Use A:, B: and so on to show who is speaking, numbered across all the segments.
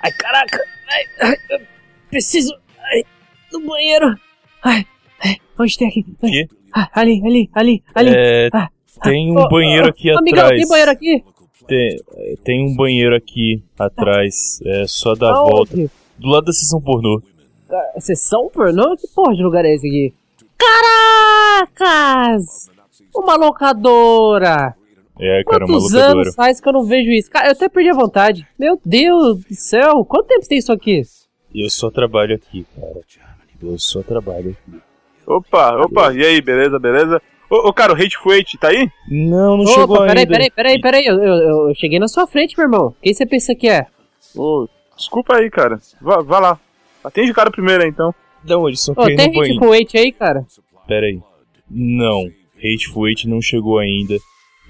A: Ai, caraca! Ai, ai, eu preciso ai, do banheiro! Ai, ai, onde tem aqui? Ai,
B: Aqui.
A: ah, ali, ali, ali, ali!
B: É,
A: Ah,
B: tem um
A: Ô, ô,
B: banheiro aqui
A: ô, Miguel,
B: atrás.
A: tem banheiro aqui?
B: Tem, tem um banheiro aqui atrás. É só dar a
A: Aonde?
B: volta. Do lado da sessão pornô.
A: Ah, Sessão pornô? Que porra de lugar é esse aqui? Caracas! Uma locadora!
B: É, cara, uma
A: Quantos
B: locadora.
A: anos faz que eu não vejo isso? Cara, eu até perdi a vontade. Meu Deus do céu, quanto tempo tem isso aqui?
B: Eu só trabalho aqui, cara. Eu só trabalho aqui.
C: Opa, opa, e aí, beleza, beleza? Ô, ô cara, o Hate Freight tá aí?
B: Não, não chegou
A: Opa, peraí,
B: ainda.
A: peraí, peraí, peraí, eu, eu- eu cheguei na sua frente, meu irmão. Quem você pensa que é?
C: Ô, desculpa aí, cara. Vá, vá lá. Atende o cara primeiro aí, então.
B: Não, eles só
A: Ô,
B: querem
A: tem
B: no banheiro.
A: Hit Wait aí, cara?
B: Peraí. Não, Hateful Eight não chegou ainda.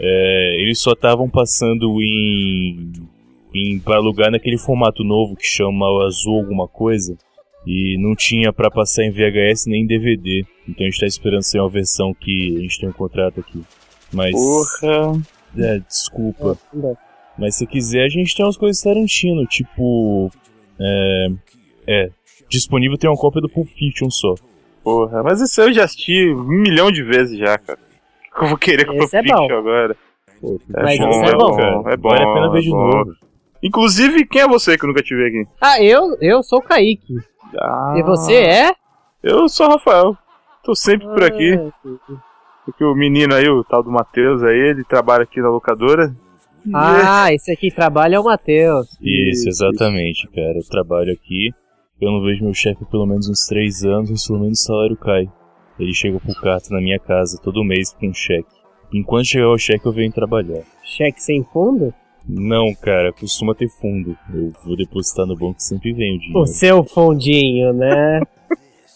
B: É, eles só estavam passando em. em pra alugar naquele formato novo que chama o Azul alguma coisa. E não tinha pra passar em VHS nem em DVD. Então a gente tá esperando ser uma versão que a gente tem um contrato aqui. Mas.
C: Porra.
B: É, desculpa. Mas se quiser, a gente tem umas coisas Tarantino, tipo. É. É. Disponível tem uma cópia do Pulp Fiction só.
C: Porra, mas isso eu já assisti um milhão de vezes já, cara. Eu vou querer que eu
A: Esse é
C: fique
A: bom.
C: agora.
B: Pô, que
A: Mas
B: bom,
A: isso é
B: né,
A: bom.
B: cara?
C: É bom,
B: Vale a pena ver
C: é
B: de
C: bom.
B: novo.
C: Inclusive, quem é você que eu nunca te vi aqui?
A: Ah, eu, eu sou o Kaique.
C: Ah,
A: E você Ah. é?
C: Eu sou o Rafael. Tô sempre por aqui. Porque o menino aí, o tal do Matheus aí, ele trabalha aqui na locadora.
A: Ah, esse aqui trabalha é o Matheus.
B: Isso,
C: Isso.
B: exatamente, cara. Eu trabalho aqui. Eu não vejo meu chefe há pelo menos uns três anos, mas pelo menos o salário cai. Ele chega pro carta na minha casa todo mês com um cheque. Enquanto chegar o cheque, eu venho trabalhar.
A: Cheque sem fundo?
B: Não, cara, costuma ter fundo. Eu vou depositar no banco sempre vem o dinheiro.
A: O seu fundinho, né?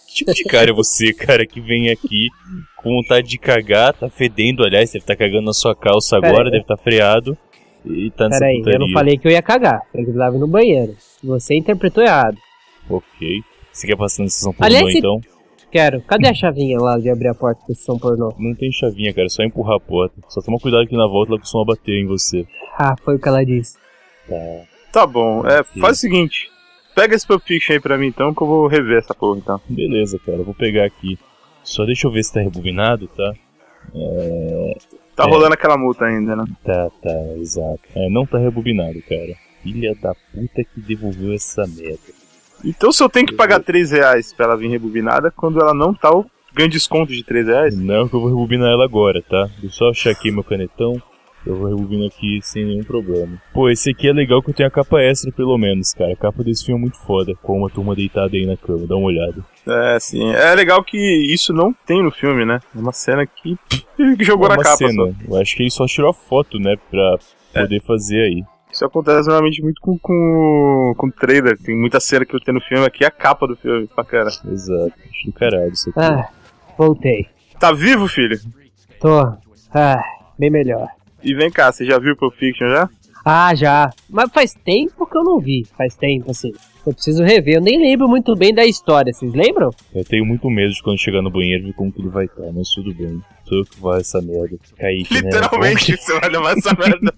B: Que tipo de cara é você, cara, que vem aqui com vontade de cagar, tá fedendo, aliás, deve estar cagando na sua calça
A: Pera
B: agora,
A: aí.
B: deve estar freado. E tá nessa
A: Peraí, eu não
B: putaria.
A: falei que eu ia cagar. Eu precisava ir no banheiro. Você interpretou errado.
B: Ok. Você quer passar na sessão pornô,
A: Aliás, se-
B: então?
A: Quero. Cadê a chavinha lá de abrir a porta da sessão pornô?
B: Não tem chavinha, cara, é só empurrar a porta. Só toma cuidado que na volta ela costuma bater em você.
A: Ah, foi o que ela disse.
C: Tá bom, é,
B: Isso.
C: faz o seguinte. Pega esse Pulp Fiction aí pra mim então, que eu vou rever essa porra então.
B: Beleza, cara, eu vou pegar aqui. Só deixa eu ver se tá rebobinado, tá?
C: Tá
B: É.
C: rolando aquela multa ainda, né?
B: Tá, tá, exato. É, não tá rebobinado, cara. Filha da puta que devolveu essa merda.
C: Então se eu tenho que pagar 3 reais pra ela vir rebobinada, quando ela não tá, eu ganho desconto de 3 reais.
B: Não, que eu vou rebobinar ela agora, tá? Deixa eu só achar aqui meu canetão. Eu vou rebobino aqui sem nenhum problema. Pô, esse aqui é legal que eu tenho a capa extra, pelo menos, cara. A capa desse filme é muito foda. Com uma turma deitada aí na cama, dá uma olhada.
C: É, sim. É legal que isso não tem no filme, né? É uma cena que, que jogou
B: É
C: na
B: uma
C: capa.
B: cena.
C: Só. É.
B: Eu acho que ele só tirou a foto, né? Pra poder fazer aí.
C: Isso acontece normalmente muito com, com, com trailer. Tem muita cena que eu tenho no filme aqui, é a capa do filme, bacana.
B: Exato. Acho do caralho isso aqui.
A: Ah, voltei.
C: Tá vivo, filho?
A: Tô. Ah, bem melhor.
C: E vem cá, você já viu Pulp Fiction já?
A: Ah, já. Mas faz tempo que eu não vi. Faz tempo, assim. Eu preciso rever. Eu nem lembro muito bem da história. Vocês lembram?
B: Eu tenho muito medo de quando chegar no banheiro ver como que ele vai estar, mas tudo bem. Sou eu que vai essa merda. Kaique, né?
C: Literalmente, você vai levar essa merda.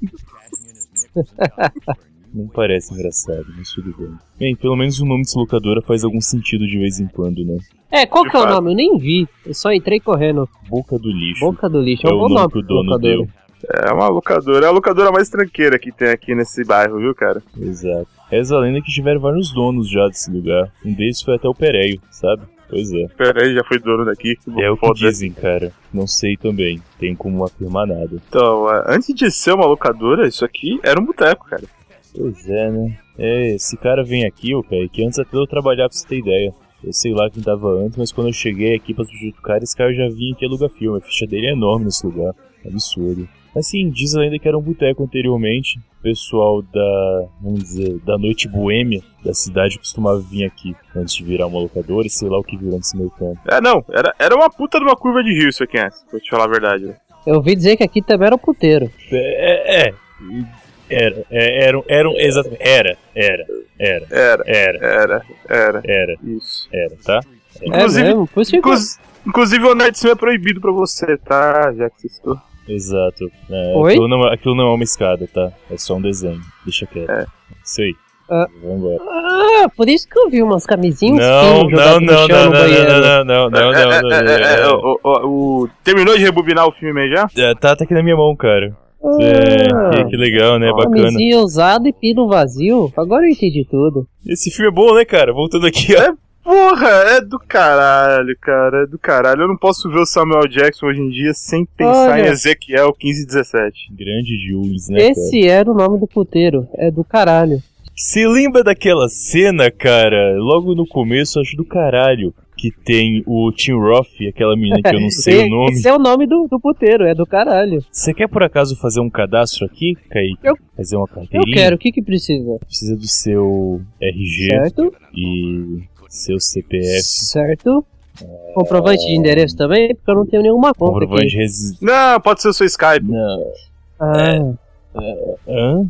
B: Não parece engraçado, mas tudo bem. Bem, pelo menos o nome dessa locadora faz algum sentido de vez em quando, né?
A: É, qual
C: De
A: que é o
C: fato.
A: nome? Eu nem vi. Eu só entrei correndo.
B: Boca do lixo.
A: Boca do lixo.
B: é
A: É um
B: o
A: bom
B: nome
A: nome.
B: que o dono
A: locadora.
C: É uma locadora, é a locadora mais tranqueira que tem aqui nesse bairro, viu, cara?
B: deu. Exato. Reza a lenda que tiveram vários donos já desse lugar. Um deles foi até o Pereio, sabe? Pois é.
C: Pera aí, já foi dono daqui.
B: É o que
C: Foda-se.
B: dizem, cara. Não sei também. Tem como afirmar nada.
C: Então, é, antes de ser uma locadora, isso aqui era um boteco, cara.
B: Pois é, né? É, esse cara vem aqui, ô cara, que antes até eu trabalhar pra você ter ideia. Eu sei lá quem tava antes, mas quando eu cheguei aqui pra substituir o cara, esse cara já vinha aqui alugar filme. A ficha dele é enorme nesse lugar. Absurdo. Mas sim, diz ainda que era um boteco anteriormente. O pessoal da, vamos dizer, da noite boêmia da cidade costumava vir aqui antes de virar uma locadora e sei lá o que virou nesse meio campo.
C: É, não, era, era uma puta de uma curva de rio isso aqui antes, pra te falar a verdade. né?
A: Eu ouvi dizer que aqui também era um puteiro.
B: É, é, é. Era, é, era, era, um- exatamente, era, era, era,
C: Era,
B: era,
C: era, era,
B: era,
C: isso.
B: era, tá?
C: Inclusive-
A: é mesmo? Por isso que-
C: Inclus- inclusive, o nerdismo é proibido pra você, tá? Já que você citou.
B: Exato. É,
A: Oi?
B: Aquilo, não, aquilo não é uma escada, tá? É só um desenho. Deixa quieto.
C: É.
B: Isso aí. Vamos embora.
A: Ah, por isso que eu vi umas camisinhas
B: Não,
A: finos jogadas
B: não,
A: no
B: não,
A: chão
B: não, não,
A: no banheiro.
B: não, não, não, não, não, não, não,
C: É, é,
B: não, não.
C: o- o- o- Terminou de rebobinar o filme aí já?
B: É, Tá tá aqui na minha mão, cara. É, que, que legal, né? Bacana.
A: Ah, Camisinha usada Ah, e pino vazio. Agora eu entendi tudo.
B: Esse filme é bom, né, cara? Voltando aqui, ó.
C: Porra, é do caralho, cara, é do caralho. Eu não posso ver o Samuel Jackson hoje em dia sem pensar
A: Olha.
C: em Ezequiel 1517.
B: Grande Jules, né, cara?
A: Esse era o nome do puteiro. É do caralho.
B: Se lembra daquela cena, cara? Logo no começo, acho do caralho. Que tem o Tim Roth, aquela menina que eu não sei o nome.
A: Esse é o nome do, do puteiro. É do caralho.
B: Você quer por acaso fazer um cadastro aqui, Kaique?
A: Eu-
B: Fazer uma
A: Eu
B: carteirinha?
A: quero. O que que precisa?
B: Precisa do seu RG
A: Certo?
B: e seu CPF.
A: Certo. Comprovante de endereço também, porque eu não tenho nenhuma conta
B: Comprovante
A: aqui.
B: de residência.
C: Não, pode ser o seu Skype.
B: Não.
A: Ah,
B: Hã?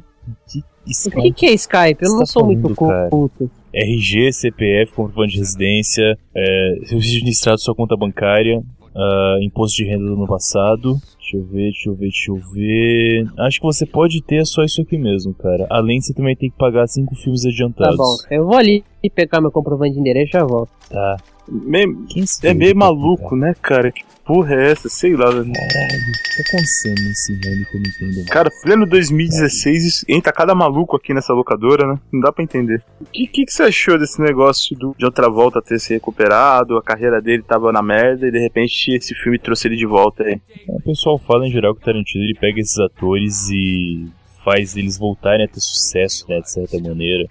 B: Que isso,
A: o que, que é Skype? Eu
B: Você
A: não
B: tá
A: sou muito
B: falando, cara?
A: culto.
B: RG, CPF, comprovante de residência, é, registro administrado sua conta bancária, ah, imposto de renda do ano passado. Deixa eu ver, deixa eu ver, deixa eu ver. Acho que você pode ter só isso aqui mesmo, cara. Além, você também tem que pagar cinco filmes
A: Tá bom.
B: adiantados.
A: Eu vou ali pegar meu comprovante de endereço e já volto.
B: Tá.
C: Me-
B: Quem
C: é
B: escreveu
C: meio
B: pra
C: maluco, né, cara? Que porra é essa? Sei lá. né?
B: O que tá acontecendo nesse mundo que eu não entendo mais?
C: Cara, pleno 2016, isso- entra cada maluco aqui nessa locadora, né? Não dá pra entender. O que, que, que você achou desse negócio do de outra volta ter se recuperado? A carreira dele tava na merda e de repente esse filme trouxe ele de volta aí.
B: O pessoal fala em geral que o Tarantino ele pega esses atores e faz eles voltarem a ter sucesso, né, de certa maneira.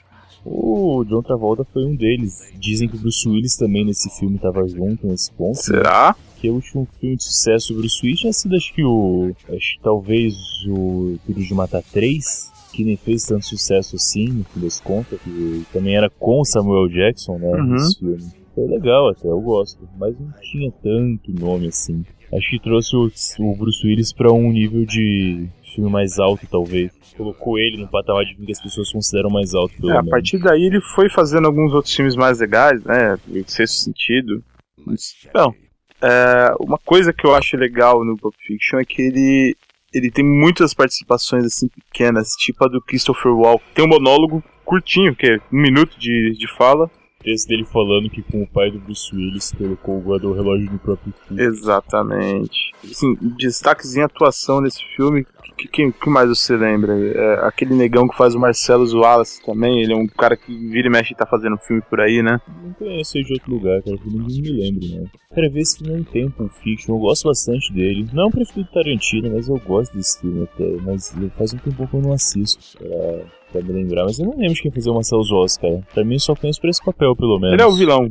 B: O John Travolta foi um deles. Dizem que o Bruce Willis também nesse filme tava junto nesse ponto. né?
C: Será?
B: Que o último filme de sucesso do Bruce Willis tinha sido, acho que é o. Acho que talvez o Filho de Matar 3, que nem fez tanto sucesso assim, no fim das contas. Que também era com o Samuel Jackson, né,
C: Uhum.
B: nesse filme. Foi legal até, eu gosto. Mas não tinha tanto nome assim. Acho que trouxe o, o Bruce Willis pra um nível de filme mais alto, talvez. Colocou ele no patamar de filme que as pessoas consideram mais alto, pelo
C: É, a
B: menos.
C: partir daí ele foi fazendo alguns outros filmes mais legais, né? O Sexto Sentido. Bom, é, uma coisa que eu acho legal no Pulp Fiction é que ele, ele tem muitas participações assim pequenas, tipo a do Christopher Walken. Tem um monólogo curtinho, que é um minuto de, de fala.
B: O texto dele falando que com o pai do Bruce Willis colocou o guardou o relógio no próprio cu.
C: Exatamente. Assim, destaques em atuação nesse filme. O que, que- que mais você lembra? É, aquele negão que faz o Marcelo Wallace também, ele é um cara que vira e mexe e tá fazendo filme por aí, né?
B: Não conheço ele de outro lugar, cara, pelo menos não me lembro, né? Cara, ver esse filme há um tempo, um fiction, eu gosto bastante dele. Não é um preferido do Tarantino, mas eu gosto desse filme até, mas faz um tempo que eu não assisto pra, pra me lembrar. Mas eu não lembro de quem fazia o Marcelo Zoss, cara. Pra mim eu só conheço por esse papel, pelo menos.
C: Ele é o vilão.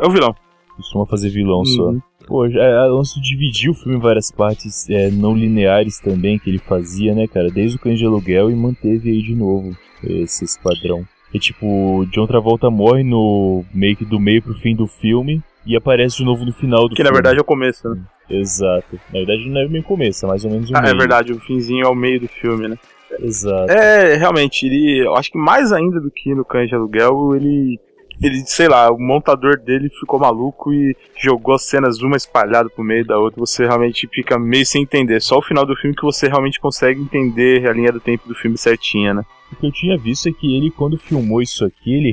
C: É o vilão.
B: Costuma fazer vilão só.
C: Uhum.
B: Pô, já- é, a Alonso dividiu o filme em várias partes é, não lineares também que ele fazia, né, cara? Desde o Cães de Aluguel e manteve aí de novo esse esquadrão. E tipo, John Travolta morre no meio que do meio pro fim do filme e aparece de novo no final do
C: Que
B: filme.
C: na verdade é o começo, né?
B: Exato. Na verdade não é meio começo, é mais ou menos o
C: Ah, é
B: meio.
C: verdade, o finzinho é o meio do filme, né?
B: Exato.
C: É, realmente, ele. Eu acho que mais ainda do que no Cães de Aluguel, ele. Ele, sei lá, o montador dele ficou maluco e jogou as cenas uma espalhada pro meio da outra. Você realmente fica meio sem entender. Só o final do filme que você realmente consegue entender a linha do tempo do filme certinha, né?
B: O que eu tinha visto é que ele, quando filmou isso aqui, ele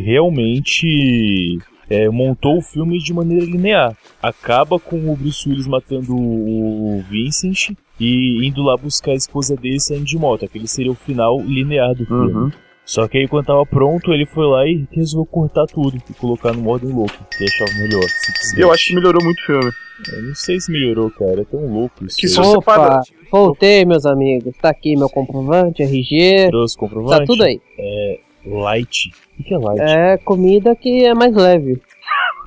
B: realmente é, montou o filme de maneira linear. Acaba com o Bruce Willis matando o Vincent e indo lá buscar a esposa dele e saindo de moto. Aquele seria o final linear do filme.
C: Uhum.
B: Só que aí, quando tava pronto, ele foi lá e resolveu cortar tudo e colocar numa ordem louca, que ele achava melhor.
C: E eu acho que melhorou muito o filme.
B: Eu não sei se melhorou, cara. É tão louco isso.
C: Que
B: aí.
C: Se você
A: Opa,
C: parar-
A: voltei, meus amigos. Tá aqui meu comprovante, RG.
B: Trouxe comprovante?
A: Tá tudo aí.
B: Light. O que é light?
A: É comida que é mais leve.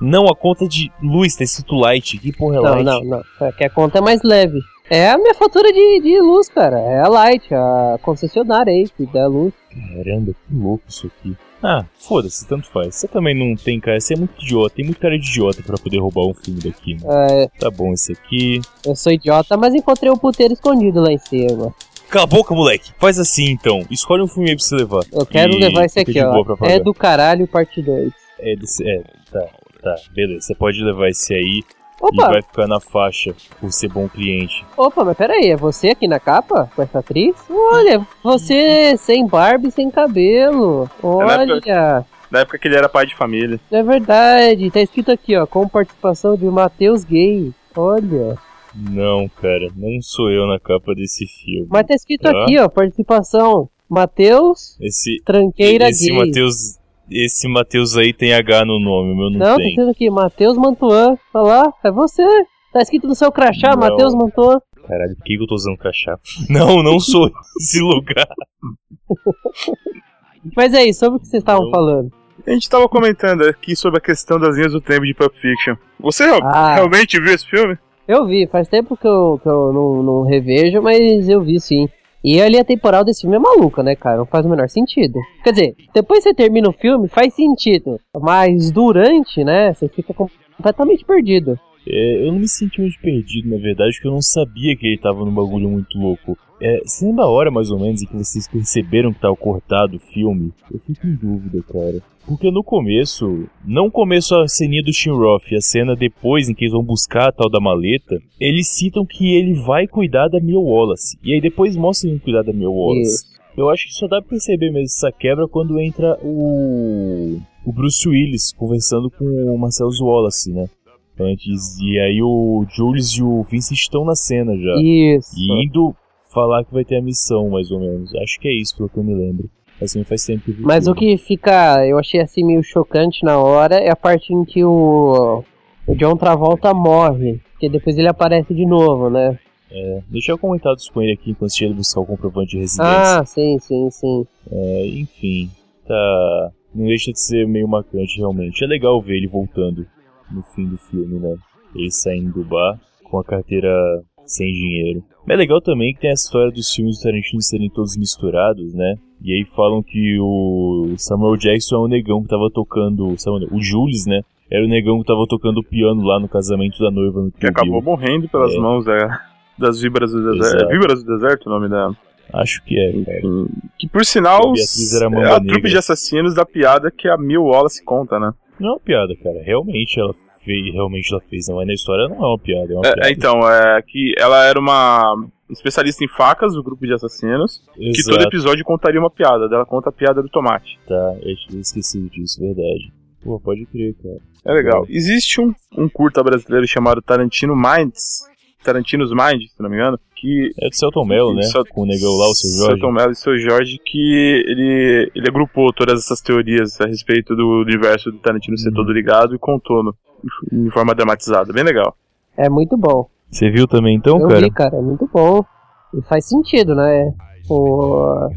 B: Não, a conta de luz tá escrito light. Que porra é
A: Não,
B: light?
A: não, não. É que a conta é mais leve. É a minha fatura de, de luz, cara. É a Light, a concessionária aí que dá luz.
B: Caramba, que louco isso aqui. Ah, foda-se, tanto faz. Você também não tem cara, você é muito idiota, tem muito cara de idiota pra poder roubar um filme daqui. né?
A: É,
B: Tá bom esse aqui.
A: eu sou idiota, mas encontrei o puteiro escondido lá em cima.
B: Cala a boca, moleque. Faz assim então. Escolhe um filme aí pra você levar.
A: Eu quero
B: E
A: levar esse
B: fica
A: aqui,
B: de boa pra
A: ó.
B: pagar.
A: É do caralho, parte 2.
B: É, desse- é, tá, tá, beleza. Você pode levar esse aí. E
A: Opa,
B: vai ficar na faixa por ser bom cliente.
A: opa, mas peraí, é você aqui na capa com essa atriz? Olha, você sem barba e sem cabelo.
C: Ela é pior-
A: Olha,
C: Na época que ele era pai de família.
A: é verdade. Tá escrito aqui, ó, com participação de Matheus Gay. Olha.
B: Não, cara, não sou eu na capa desse filme.
A: Mas tá escrito
B: Ah.
A: aqui, ó, participação Matheus
B: Esse,
A: Tranqueira
B: esse
A: Gay.
B: Matheus. Esse Matheus aí tem H no nome, o meu não,
A: Não, tá
B: tem.
A: escrito aqui, Matheus Mantuan. Olha lá, é você. Tá escrito no seu crachá,
B: Não.
A: Matheus Mantuan.
B: Caralho, por que que eu tô usando crachá? Não, não sou eu esse lugar.
A: Mas aí, sobre o que vocês estavam
B: Não.
A: falando?
C: A gente tava comentando aqui sobre a questão das linhas do tempo de Pulp Fiction. Você real-
A: Ah.
C: realmente viu esse filme?
A: Eu vi, faz tempo que eu, que eu não, não revejo, mas eu vi sim. E a linha temporal desse filme é maluca, né, cara? Não faz o menor sentido. Quer dizer, depois que você termina o filme, faz sentido. Mas durante, né, você fica com- completamente perdido.
B: É, eu não me senti muito perdido, na verdade, porque eu não sabia que ele tava num bagulho muito louco. É, você lembra a hora, mais ou menos, em que vocês perceberam que tava cortado o filme? Eu fico em dúvida, cara. Porque no começo, não começo a ceninha do Shinroff e a cena depois em que eles vão buscar a tal da maleta, eles citam que ele vai cuidar da Mia Wallace. E aí depois mostram ele cuidar da Mia Wallace. Eu acho que só dá pra perceber mesmo essa quebra quando entra o, o Bruce Willis conversando com o Marcelo Wallace, né? Antes. E aí o Jules e o Vincent estão na cena já.
A: Isso.
B: É. E indo falar que vai ter a missão, mais ou menos. Acho que é isso, pelo que eu me lembro. Assim, faz tempo que eu vi
A: Mas o
B: filme.
A: que fica, eu achei assim meio chocante na hora, é a parte em que o, o John Travolta morre. Porque depois ele aparece de novo, né?
B: Deixa eu comentar isso com ele aqui enquanto ele buscar o comprovante de residência.
A: Ah, sim, sim, sim.
B: É, enfim, tá... Não deixa de ser meio marcante, realmente. É legal ver ele voltando no fim do filme, né? Ele saindo do bar com a carteira sem dinheiro. Mas é legal também que tem a história dos filmes do Tarantino serem todos misturados, né? E aí falam que o Samuel Jackson é o negão que tava tocando... Samuel, não, o Jules, né? Era o negão que tava tocando piano lá no casamento da noiva no
C: Que
B: Kill
C: acabou
B: Bill.
C: morrendo pelas
B: É.
C: mãos da- das víboras do deserto.
B: Exato.
C: É víboras do deserto o nome da.
B: Acho que é, cara.
C: Enfim. Que por sinal
B: A Beatriz era a
C: é
B: Mamba
C: a
B: Negra.
C: trupe de assassinos da piada que a Mil Wallace conta, né?
B: Não é uma piada, cara. Realmente ela fez, realmente ela fez, não. Mas na história não é uma piada, é uma
C: É,
B: piada.
C: é, então, é que ela era uma especialista em facas do grupo de assassinos, que é todo
B: Exato,
C: episódio contaria uma piada. Dela conta a piada do tomate.
B: tá. Eu tinha esquecido disso, verdade. Pô, pode crer, cara.
C: É legal. Existe um, um curta brasileiro chamado Tarantino Minds. Tarantino's Mind, se não me engano, que
B: É do Celton Mello, né?
C: Cel-
B: Com o negão lá, o seu Jorge.
C: Celton Mello e o seu Jorge, que ele, ele agrupou todas essas teorias a respeito do universo do Tarantino ser
B: Uhum.
C: todo ligado e contou no, em forma dramatizada. Bem legal.
A: É muito bom.
B: Você viu também então,
A: eu
B: cara?
A: vi, cara, é muito bom. E faz sentido, né? O...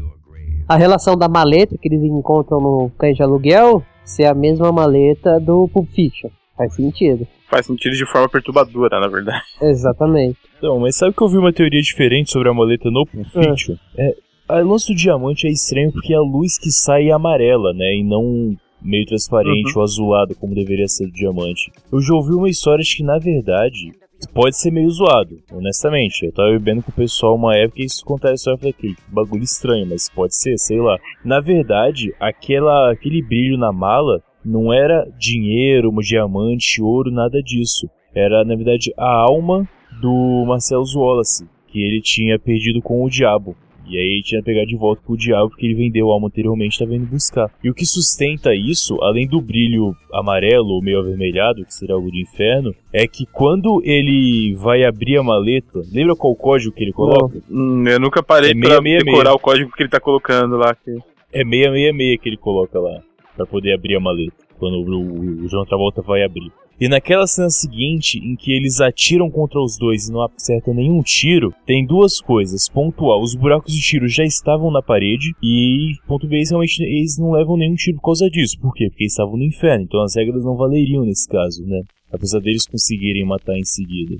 A: A relação da maleta que eles encontram no cães de aluguel ser a mesma maleta do Pulp Fiction. Faz sentido.
C: Faz sentido de forma perturbadora, na verdade.
A: Exatamente.
B: Então, mas sabe que eu vi uma teoria diferente sobre a moleta no Pulp Fiction? É. a lance do diamante é estranho porque a luz que sai é amarela, né? E não meio transparente ou azulada como deveria ser do diamante. Eu já ouvi uma história de que, na verdade, pode ser meio zoado, honestamente. Eu tava bebendo com o pessoal uma época e isso contaram a história e eu falei, "Que bagulho estranho, mas pode ser, sei lá. Na verdade, aquela, aquele brilho na mala não era dinheiro, um diamante, ouro, nada disso. Era, na verdade, a alma do Marcelo Wallace, que ele tinha perdido com o diabo. E aí ele tinha que pegar de volta com o diabo porque ele vendeu a alma anteriormente e estava indo buscar. E o que sustenta isso, além do brilho amarelo ou meio avermelhado, que seria algo de inferno, é que quando ele vai abrir a maleta, lembra qual código que ele coloca?
C: Hum, eu nunca parei
B: É meia,
C: pra
B: meia,
C: decorar
B: meia.
C: o código que ele tá colocando lá. que-
B: É 666 que ele coloca lá, pra poder abrir a maleta, quando o, o, o John Travolta vai abrir. E naquela cena seguinte, em que eles atiram contra os dois e não acertam nenhum tiro, tem duas coisas. Ponto A, os buracos de tiro já estavam na parede, e ponto B, eles realmente eles não levam nenhum tiro por causa disso. Por quê? Porque eles estavam no inferno, então as regras não valeriam nesse caso, né? Apesar deles conseguirem matar em seguida.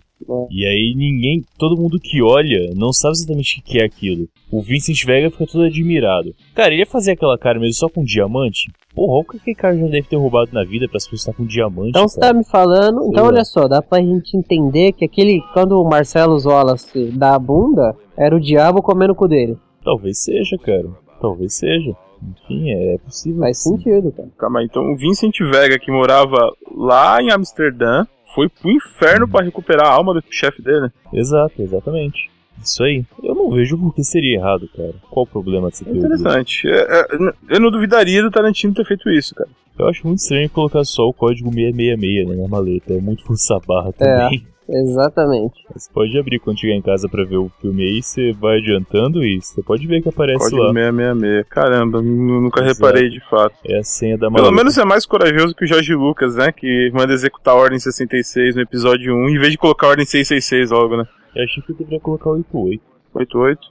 B: E aí ninguém, todo mundo que olha, não sabe exatamente o que que é aquilo. O Vincent Vega fica todo admirado. Cara, ele ia fazer aquela cara mesmo só com diamante? Porra, o que aquele cara já deve ter roubado na vida pra se postar com diamante?
A: Então você tá
B: cara?
A: me falando.
B: Sei
A: Então
B: lá.
A: olha só, dá pra gente entender que aquele. Quando o Marcelo Wallace dá a bunda, era o diabo comendo o cu dele.
B: Talvez seja, cara. Talvez seja. Enfim, é, é possível.
A: Faz sentido, cara.
C: tá, Calma aí. Então, o Vincent Vega, que morava lá em Amsterdã, foi pro
B: Uhum.
C: inferno pra recuperar a alma do chefe dele.
B: Exato, exatamente. Isso aí. Eu não vejo por que seria errado, cara. Qual o problema de você ter o Blue?
C: Interessante. É, é, n- Eu não duvidaria do Tarantino ter feito isso, cara.
B: Eu acho muito estranho colocar só o código 666 na minha maleta. É muito forçar a barra também.
A: Exatamente.
B: Você pode abrir quando chegar em casa pra ver o filme aí, você vai adiantando e você pode ver que aparece
C: Código
B: lá.
C: 666. Caramba, nu- nunca
B: Exato.
C: reparei de fato.
B: É a senha da
C: Pelo
B: maleta.
C: menos é mais corajoso que o Jorge Lucas, né? Que manda executar a Ordem 66 no episódio 1, em vez de colocar a Ordem 666 logo, né?
B: Eu achei que eu deveria colocar o 88.
C: 88.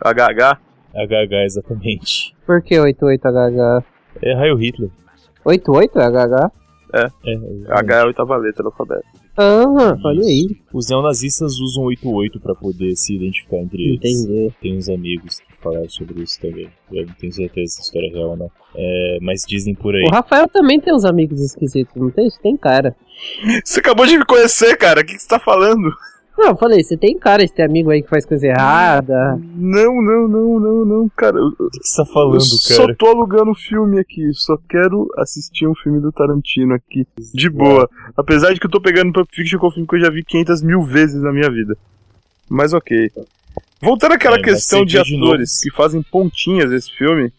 C: HH.
B: HH, exatamente.
A: Por que 88HH?
B: É Raio Hitler.
A: 88HH?
B: É, exatamente.
C: H é a oitava letra do alfabeto.
A: Ah, olha aí.
B: Os neonazistas usam 88 pra poder se identificar entre eles.
A: Entendi.
B: Tem uns amigos que falaram sobre isso também. Eu não tenho certeza se a história é real ou não. É, mas dizem por aí.
A: O Rafael também tem uns amigos esquisitos, não tem? Você tem cara.
C: Você acabou de me conhecer, cara. O que, que você tá falando?
A: Não, eu falei, você tem cara de ter amigo aí que faz coisa errada.
C: Não, não, não, não, não, cara. Eu, eu
B: O que você tá falando,
C: só
B: cara?
C: tô alugando um filme aqui. Só quero assistir um filme do Tarantino aqui. De boa. Apesar de que eu tô pegando Pulp Fiction com um filme que eu já vi 500 mil vezes na minha vida. Mas ok. Voltando àquela
B: É, mas
C: questão
B: você
C: de
B: viu de
C: atores que fazem pontinhas nesse filme,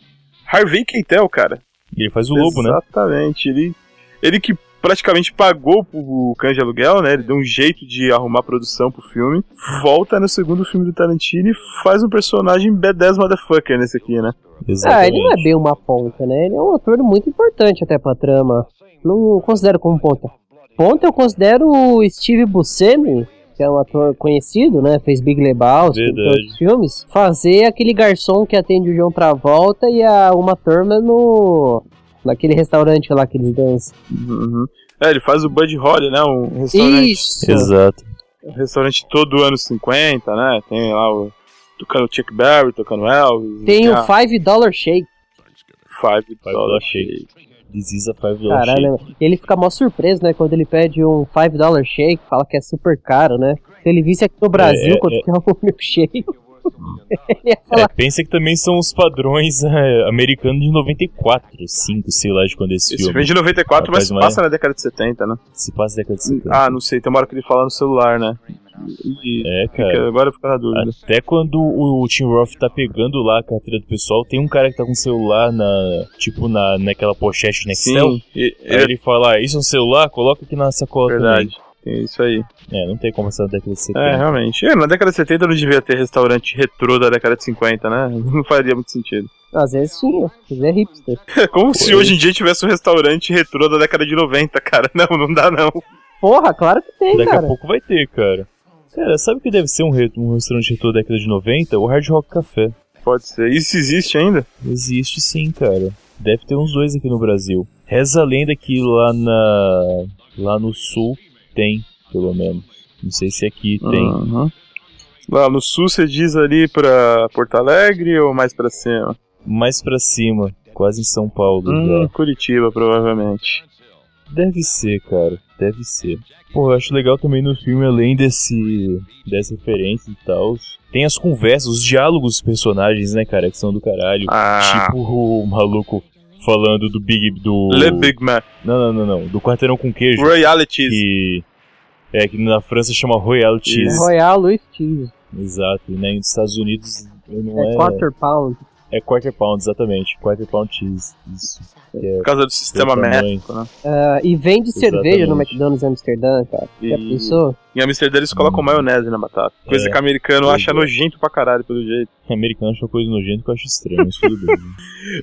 C: Harvey Keitel, cara.
B: Ele faz o lobo, né?
C: Exatamente. Ele, ele que praticamente pagou pro Cães de Aluguel, né? Ele deu um jeito de arrumar produção pro filme. Volta no segundo filme do Tarantino e faz um personagem B10 motherfucker nesse aqui, né?
A: Ah,
B: Exatamente.
A: ele não é bem uma ponta, né? Ele é um ator muito importante até pra trama. Não considero como ponta. Ponta eu considero o Steve Buscemi, que é um ator conhecido, né? Fez Big Lebowski, entre
B: Verdade.
A: outros filmes. Fazer aquele garçom que atende o João Travolta e a Uma Thurman no... Naquele restaurante lá que eles dançam.
C: Uhum. É, ele faz o Buddy Holly, né? Um restaurante,
A: Isso!
B: Exato.
C: um restaurante todo ano 50, né? Tem lá o. Tocando Chuck Berry, tocando Elvis.
A: Tem o
C: a
A: Five Dollar Shake.
C: Five Dollar
B: Dollar
C: Shake.
B: Disease a Five Dollar
A: Caralho,
B: Shake.
A: né? ele fica mó surpreso, né? Quando ele pede um Five Dollar Shake, fala que é super caro, né? Se ele visse aqui no Brasil,
B: é,
A: quanto
B: é.
A: que é o milkshake, ele ia falar,
B: É, pensa que também são os padrões é, americanos de 94, 5, sei lá de quando é esse,
C: Esse
B: filme.
C: filme é de 94,
B: Rapaz,
C: mas
B: mas-
C: passa na década de 70, né?
B: Se passa década de 70.
C: Ah, não sei, tem uma hora que ele fala no celular, né? E
B: é, Ah, cara.
C: fica, agora fica na dúvida.
B: Até quando o Tim Roth tá pegando lá a carteira do pessoal, tem um cara que tá com o celular na. Tipo, na, naquela pochete né? Nextel.
C: Sim, e-
B: Aí
C: é
B: ele fala, ah, isso é um celular? Coloca aqui na sacola
C: verdade. Tem isso aí.
B: também. É, não tem como essa década de 70.
C: É, realmente. É, na década de 70 não devia ter restaurante retrô da década de 50, né? Não faria muito sentido.
A: às vezes tinha, às vezes é hipster.
C: É como se hoje em dia tivesse um restaurante retrô da década de 90, cara. Não, não dá não.
A: Porra, claro que
C: É,
A: tem,
B: Daqui
A: cara.
B: a pouco vai ter, cara. Cara, sabe o que deve ser um, re- um restaurante retrô da década de 90? O Hard Rock Café.
C: Pode ser. Isso existe ainda?
B: Existe sim, cara. Deve ter uns dois aqui no Brasil. Reza a lenda que lá na. lá no sul tem, pelo menos. Não sei se aqui tem.
C: Uhum. Lá no sul você diz ali pra Porto Alegre ou mais pra cima?
B: Mais pra cima, quase em São Paulo
C: Hum,
B: já.
C: Curitiba, provavelmente.
B: Deve ser, cara. Deve ser. Pô, eu acho legal também no filme, além desse. dessa referência e tal. Tem as conversas, os diálogos dos personagens, né, cara, que são do caralho.
C: Ah,
B: Tipo o maluco falando do Big. do.
C: Le Big Mac.
B: Não, não, não, não. Do quarteirão com queijo.
C: Royalties.
B: que é que na França chama Royal Cheese.
A: Royal Louis Cheese,
B: Exato, né? E nos Estados Unidos não
A: é
B: é
A: quarter pound.
B: é quarter pound exatamente, quarter pound cheese. Isso. Que é
C: Por causa do sistema
B: Pelo tamanho.
C: métrico, né?
A: Ah, e vende cerveja no
B: Exatamente.
A: McDonald's em Amsterdã, cara. Já
C: E-
A: pensou?
C: Em Amsterdã eles colocam
B: Hum.
C: maionese na batata. Coisa
B: É.
C: que o americano
B: Pois
C: acha
B: é.
C: nojento pra caralho, pelo jeito.
B: americano acha uma coisa nojenta que eu acho estranho, mas tudo bem.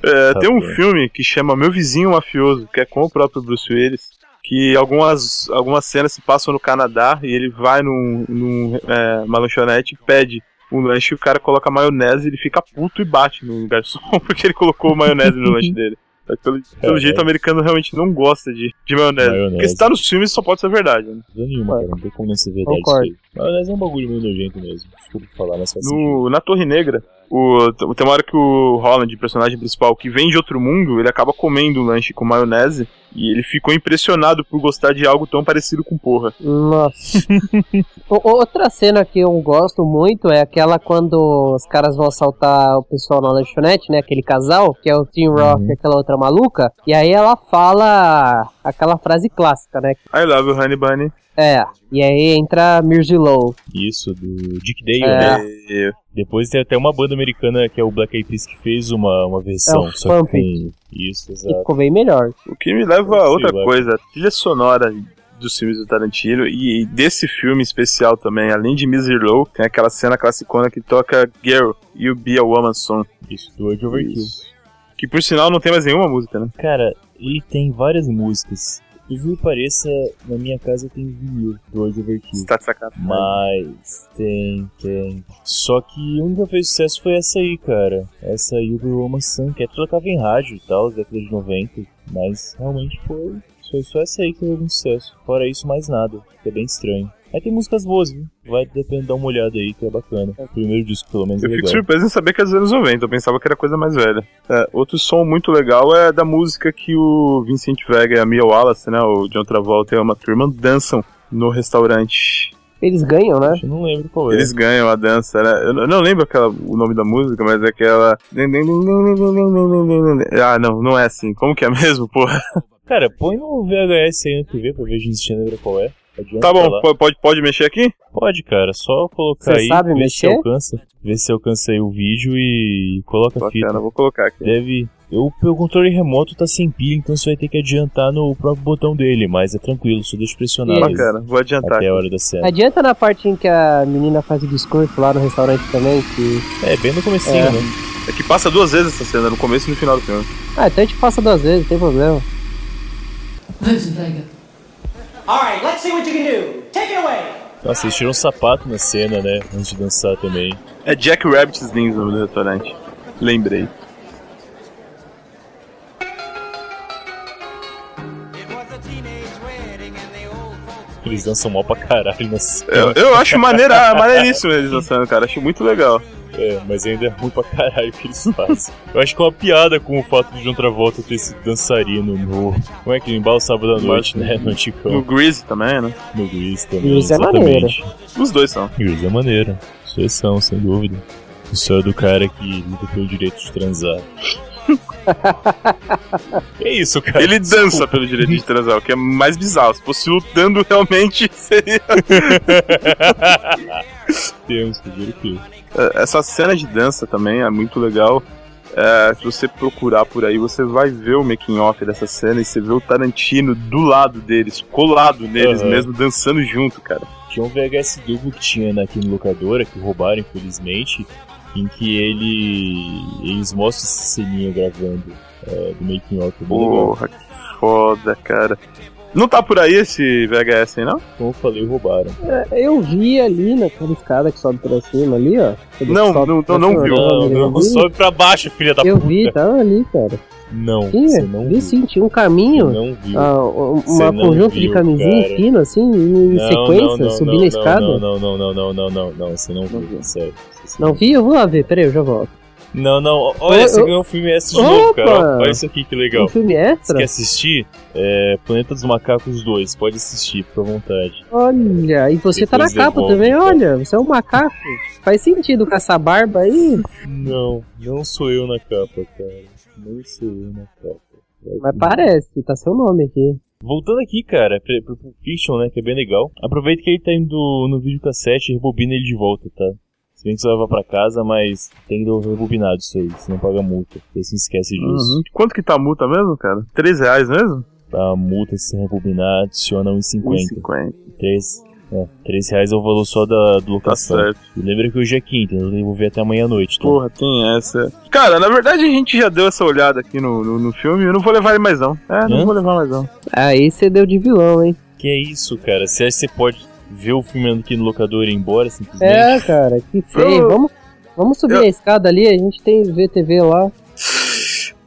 C: É, tem um
B: Tá bom.
C: filme que chama Meu Vizinho Mafioso, que é com o próprio Bruce Willis. Que algumas, algumas cenas se passam no Canadá e ele vai num, num, é, uma lanchonete e pede um lanche e o cara coloca maionese ele fica puto e bate no garçom porque ele colocou maionese no lanche dele. Mas Pelo, pelo
B: É,
C: jeito,
B: é.
C: o americano realmente não gosta de, de maionese.
B: Maionese.
C: Porque se tá nos filmes, só pode ser verdade. Né?
B: Não nenhuma, cara, não tem como não ser verdade
A: Concordo.
B: isso aí. Maionese é um bagulho meio nojento mesmo. Desculpa falar, mas faz sentido.
C: No, na Torre Negra, o, tem uma hora que o Holland, personagem principal, que vem de outro mundo, ele acaba comendo um lanche com maionese e ele ficou impressionado por gostar de algo tão parecido com porra.
A: Nossa. O- Outra cena que eu gosto muito é aquela quando os caras vão assaltar o pessoal na lanchonete, né? Aquele casal, que é o Tim
C: Uhum.
A: Rock e aquela outra maluca. E aí ela fala aquela frase clássica, né?
C: I love you, honey bunny.
A: É, e aí entra Mirzilow.
B: Isso, do Dick Dale,
A: É.
B: né?
C: E-
B: Depois tem até uma banda americana que é o Black Eyed Peas que fez uma, uma versão.
A: É o
B: só que
A: Pump
B: tem... Isso,
A: que
B: exato.
A: ficou bem melhor.
C: o que me
B: Eu
C: leva a
B: sei,
C: outra
B: vai.
C: coisa, a trilha sonora dos filmes do Tarantino e, e desse filme especial também, além de Miss Low, tem aquela cena classicona que toca Girl, You Be a Woman Song.
B: Isso, do World Overkill.
C: Que por sinal não tem mais nenhuma música, né?
B: Cara, ele tem várias músicas. Por que pareça, na minha casa tem vinil do World Overkill.
C: Você tá de sacanagem.
B: Hum. Mas tem, tem. Só que a única que fez sucesso foi essa aí, cara. Essa aí do Roman Sun, que é toda tocava em rádio e tal, década de 90. Mas realmente foi. Foi só essa aí que teve um sucesso. Fora isso, mais nada. Que é bem estranho. Aí tem músicas boas, viu? Vai depender dar uma olhada aí, que é bacana. O primeiro disco, pelo menos, é
C: Eu fico
B: legal.
C: surpreso em saber que é dos anos 90, eu pensava que era coisa mais velha. É, outro som muito legal é da música que o Vincent Vega e a Mia Wallace, né, o John Travolta e a Uma Turma dançam no restaurante.
A: Eles ganham, né?
B: Eu não lembro qual é.
C: Eles ganham a dança, né? Eu n- eu não lembro aquela, o nome da música, mas é aquela... Ah, não, não é assim. Como que é mesmo, porra?
B: Cara, põe no VHS aí na TV pra ver gente gênero qual é. Adianta
C: Tá bom,
B: lá.
C: po- pode, pode mexer aqui?
B: Pode, cara, só colocar
A: Cê
B: aí,
A: sabe
B: ver se
A: mexer?
B: alcança. Ver se alcança aí o vídeo e coloca a fita.
C: Bacana, vou colocar aqui.
B: Deve. Eu, o controle remoto tá sem pilha, então você vai ter que adiantar no próprio botão dele, mas é tranquilo, só deixa pressionado
C: Bacana, tá vou adiantar.
B: até a hora da
C: É.
B: cena.
A: Adianta na parte em que a menina faz o discurso lá no restaurante também, que...
B: É, bem no comecinho,
A: É.
B: né?
C: É que passa duas vezes essa cena, no começo e no final do filme.
A: Ah, então a gente passa duas vezes, não tem problema.
D: Vincent Vega.
E: All right, let's see what you can do. Take it away.
B: Nossa, eles tiram um sapato na cena, né? Antes de dançar também.
C: É Jack Rabbit's Slings o nome do restaurante. Lembrei.
B: Eles dançam mal pra caralho na
C: Eu,
B: cena.
C: eu acho maneira, maneiríssimo eles dançando, cara. Acho muito legal.
B: É, mas ainda é ruim pra caralho o que eles fazem. Eu acho que é uma piada com o fato de John Travolta ter sido dançarino no. Como é que embala sábado à noite, né? No
C: No
B: Anticão.
C: Grease também, né?
B: No Grease também.
A: Grease é maneiro.
B: exatamente.
C: Os dois são.
B: Grease é maneiro. Vocês são, sem dúvida. História do cara que luta pelo direito de transar. é isso, cara.
C: Ele dança pelo direito de transar, o que é mais bizarro. Se fosse lutando realmente, seria.
B: Temos, eu juro que.
C: É, Essa cena de dança também é muito legal. É, se você procurar por aí, você vai ver o making off dessa cena e você vê o Tarantino do lado deles, colado neles
B: Aham.
C: mesmo, dançando junto, cara.
B: Tinha um VHS duplo que tinha né, naquele locadora, é que roubaram, infelizmente, em que ele. Eles mostram esse ceninho gravando é, do making of. É bem legal.
C: Porra, que foda, cara. Não tá por aí esse VHS aí, não?
B: Como eu falei, roubaram.
A: É, Eu vi ali naquela escada que sobe pra cima ali, ó. Ele
C: Não,
A: sobe
C: não-
A: pra
C: não
A: cima,
C: viu.
A: né?
B: Não, não,
A: Eu vi.
B: sobe pra baixo, filha da
A: Eu
B: puta.
A: vi, tava ali, cara.
B: Não, você
A: Tinha,
B: não
A: vi
B: viu.
A: sim, tinha um
B: Você
A: caminho,
B: não viu.
A: ah, um
B: Você
A: uma
B: não
A: conjunto
B: viu,
A: de camisinha
B: cara.
A: fino, assim, em sequência, subindo a escada.
B: Não,
A: Não,
B: não, não, não, não, não, não, não, você não
A: Não
B: viu,
A: viu.
B: sério.
A: vi? Eu vou lá ver, peraí, eu já volto.
B: Não, não, ó- olha,
A: Ô,
B: você
A: ô.
B: ganhou um filme S de novo,
A: Opa!
B: cara. ó, Olha isso aqui, que legal.
A: Um filme
B: Você
A: extra?
B: quer assistir? É, Planeta dos Macacos 2, pode assistir, fica à vontade.
A: Olha, e você tá na
B: Depois
A: capa
B: devolve,
A: também,
B: então.
A: olha, você é um macaco. Faz sentido com essa barba aí,
B: Não, não sou eu na capa, cara. Não sou eu na capa. Vai
A: mas
B: com-
A: parece, tá seu nome aqui.
B: Voltando aqui, cara, pra- pro Pulp Fiction, né, que é bem legal. Aproveita que ele tá indo no videocassete e rebobina ele de volta, tá? Se bem que você leva pra casa, mas tem que dar um rebobinado isso aí, senão paga multa. Você se esquece disso.
C: Uhum. Quanto que tá a multa mesmo, cara? 3 reais mesmo?
B: A multa se rebobinar adiciona 1,50.
C: 1,50.
B: 3, é, três reais é o valor só da do
C: Tá
B: locação.
C: certo.
B: E lembra que hoje é quinta, eu devolver até amanhã à noite. Tá?
C: Porra, tem essa. Cara, na verdade a gente já deu essa olhada aqui no, no, no filme. Eu não vou levar ele mais não. É, não
B: Hã?
C: vou levar mais não.
A: Aí você deu de vilão, hein?
B: Que é isso, cara? Você acha que você pode ver o filme aqui no locador e ir embora simplesmente?
A: É, cara, que feio.
C: Eu-
A: Vamos, vamos subir
C: eu-
A: a escada ali, a gente tem VTV lá.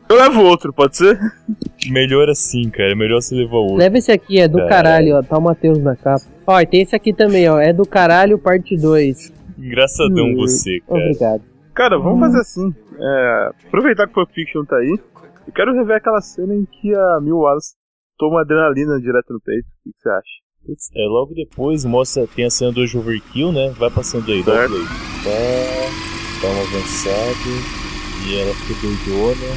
C: Eu levo outro, pode ser?
B: Melhor assim, cara. Melhor você levar outro.
A: Leva esse aqui, é do
B: Caralho.
A: caralho, ó. Tá o Matheus na capa. Ó, e tem esse aqui também, ó. É do caralho, parte 2.
C: É.
B: Engraçadão
A: Hum,
B: você, cara.
A: Obrigado.
C: Cara, vamos fazer assim. É, aproveitar que o Pulp Fiction tá aí. Eu quero rever aquela cena em que a Mil Wallace toma adrenalina direto no peito. O que que você acha?
B: Putz, é, logo depois mostra, tem a cena do Hoje Overkill, né? Vai passando aí, dá o
C: Certo.
B: play. Tá, dá um avançado, e ela fica doidona,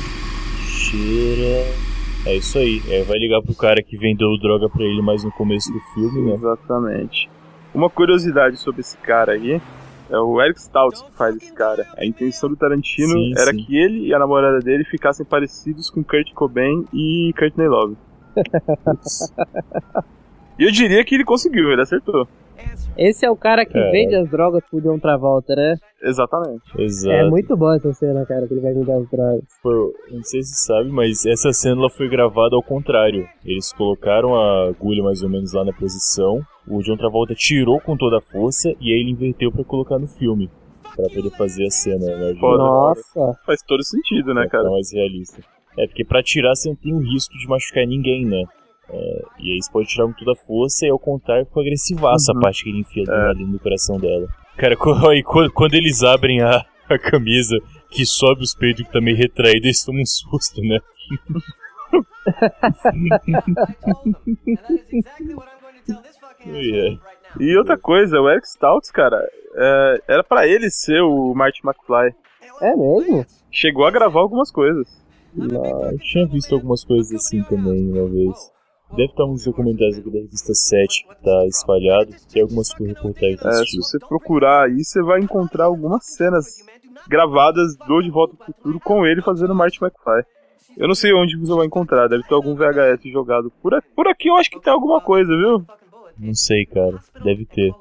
B: cheira. É isso aí, é, vai ligar pro cara que vendeu droga pra ele mais no começo do filme, né?
C: Exatamente. Uma curiosidade sobre esse cara aí é o Eric Stoltz que faz esse cara. A intenção do Tarantino
B: Sim,
C: era
B: sim.
C: que ele e a namorada dele ficassem parecidos com Kurt Cobain e Courtney Love. e eu diria que ele conseguiu, ele acertou.
A: Esse é o cara que
B: É.
A: vende as drogas pro John Travolta, né?
C: Exatamente.
B: Exato.
A: É muito boa essa cena, cara, que ele vai vender as drogas.
B: Pô, não sei se sabe, mas essa cena ela foi gravada ao contrário. Eles colocaram a agulha mais ou menos lá na posição, o John Travolta tirou com toda a força e aí ele inverteu pra colocar no filme. Pra poder fazer a cena, né? de-
C: Foda.
A: Nossa.
C: Faz todo sentido, né,
B: Pra
C: cara?
B: ficar mais realista. É, porque pra tirar você não tem o risco de machucar ninguém, né? É, e aí você pode tirar com toda a força e ao contrário fica agressivaço
C: Uhum.
B: a parte que ele enfia ali no coração dela. Cara, co- e quando, quando eles abrem a, a camisa que sobe os peitos que tá meio retraído, eles tomam um susto, né? Yeah.
C: E outra coisa, o Eric Stoltz, cara, é, era pra ele ser o Marty McFly.
A: É mesmo?
C: Chegou a gravar algumas coisas.
B: Ah, eu tinha visto algumas coisas assim também uma vez. Deve estar uns documentários aqui da revista 7 que tá espalhado. Tem algumas reportagens
C: É,
B: desse
C: se
B: tipo.
C: você procurar aí, você vai encontrar algumas cenas gravadas do De Volta pro Futuro com ele fazendo Marty McFly. Eu não sei onde você vai encontrar, deve ter algum VHS jogado. Por, a- por aqui eu acho que tem alguma coisa, viu?
B: Não sei, cara. Deve ter.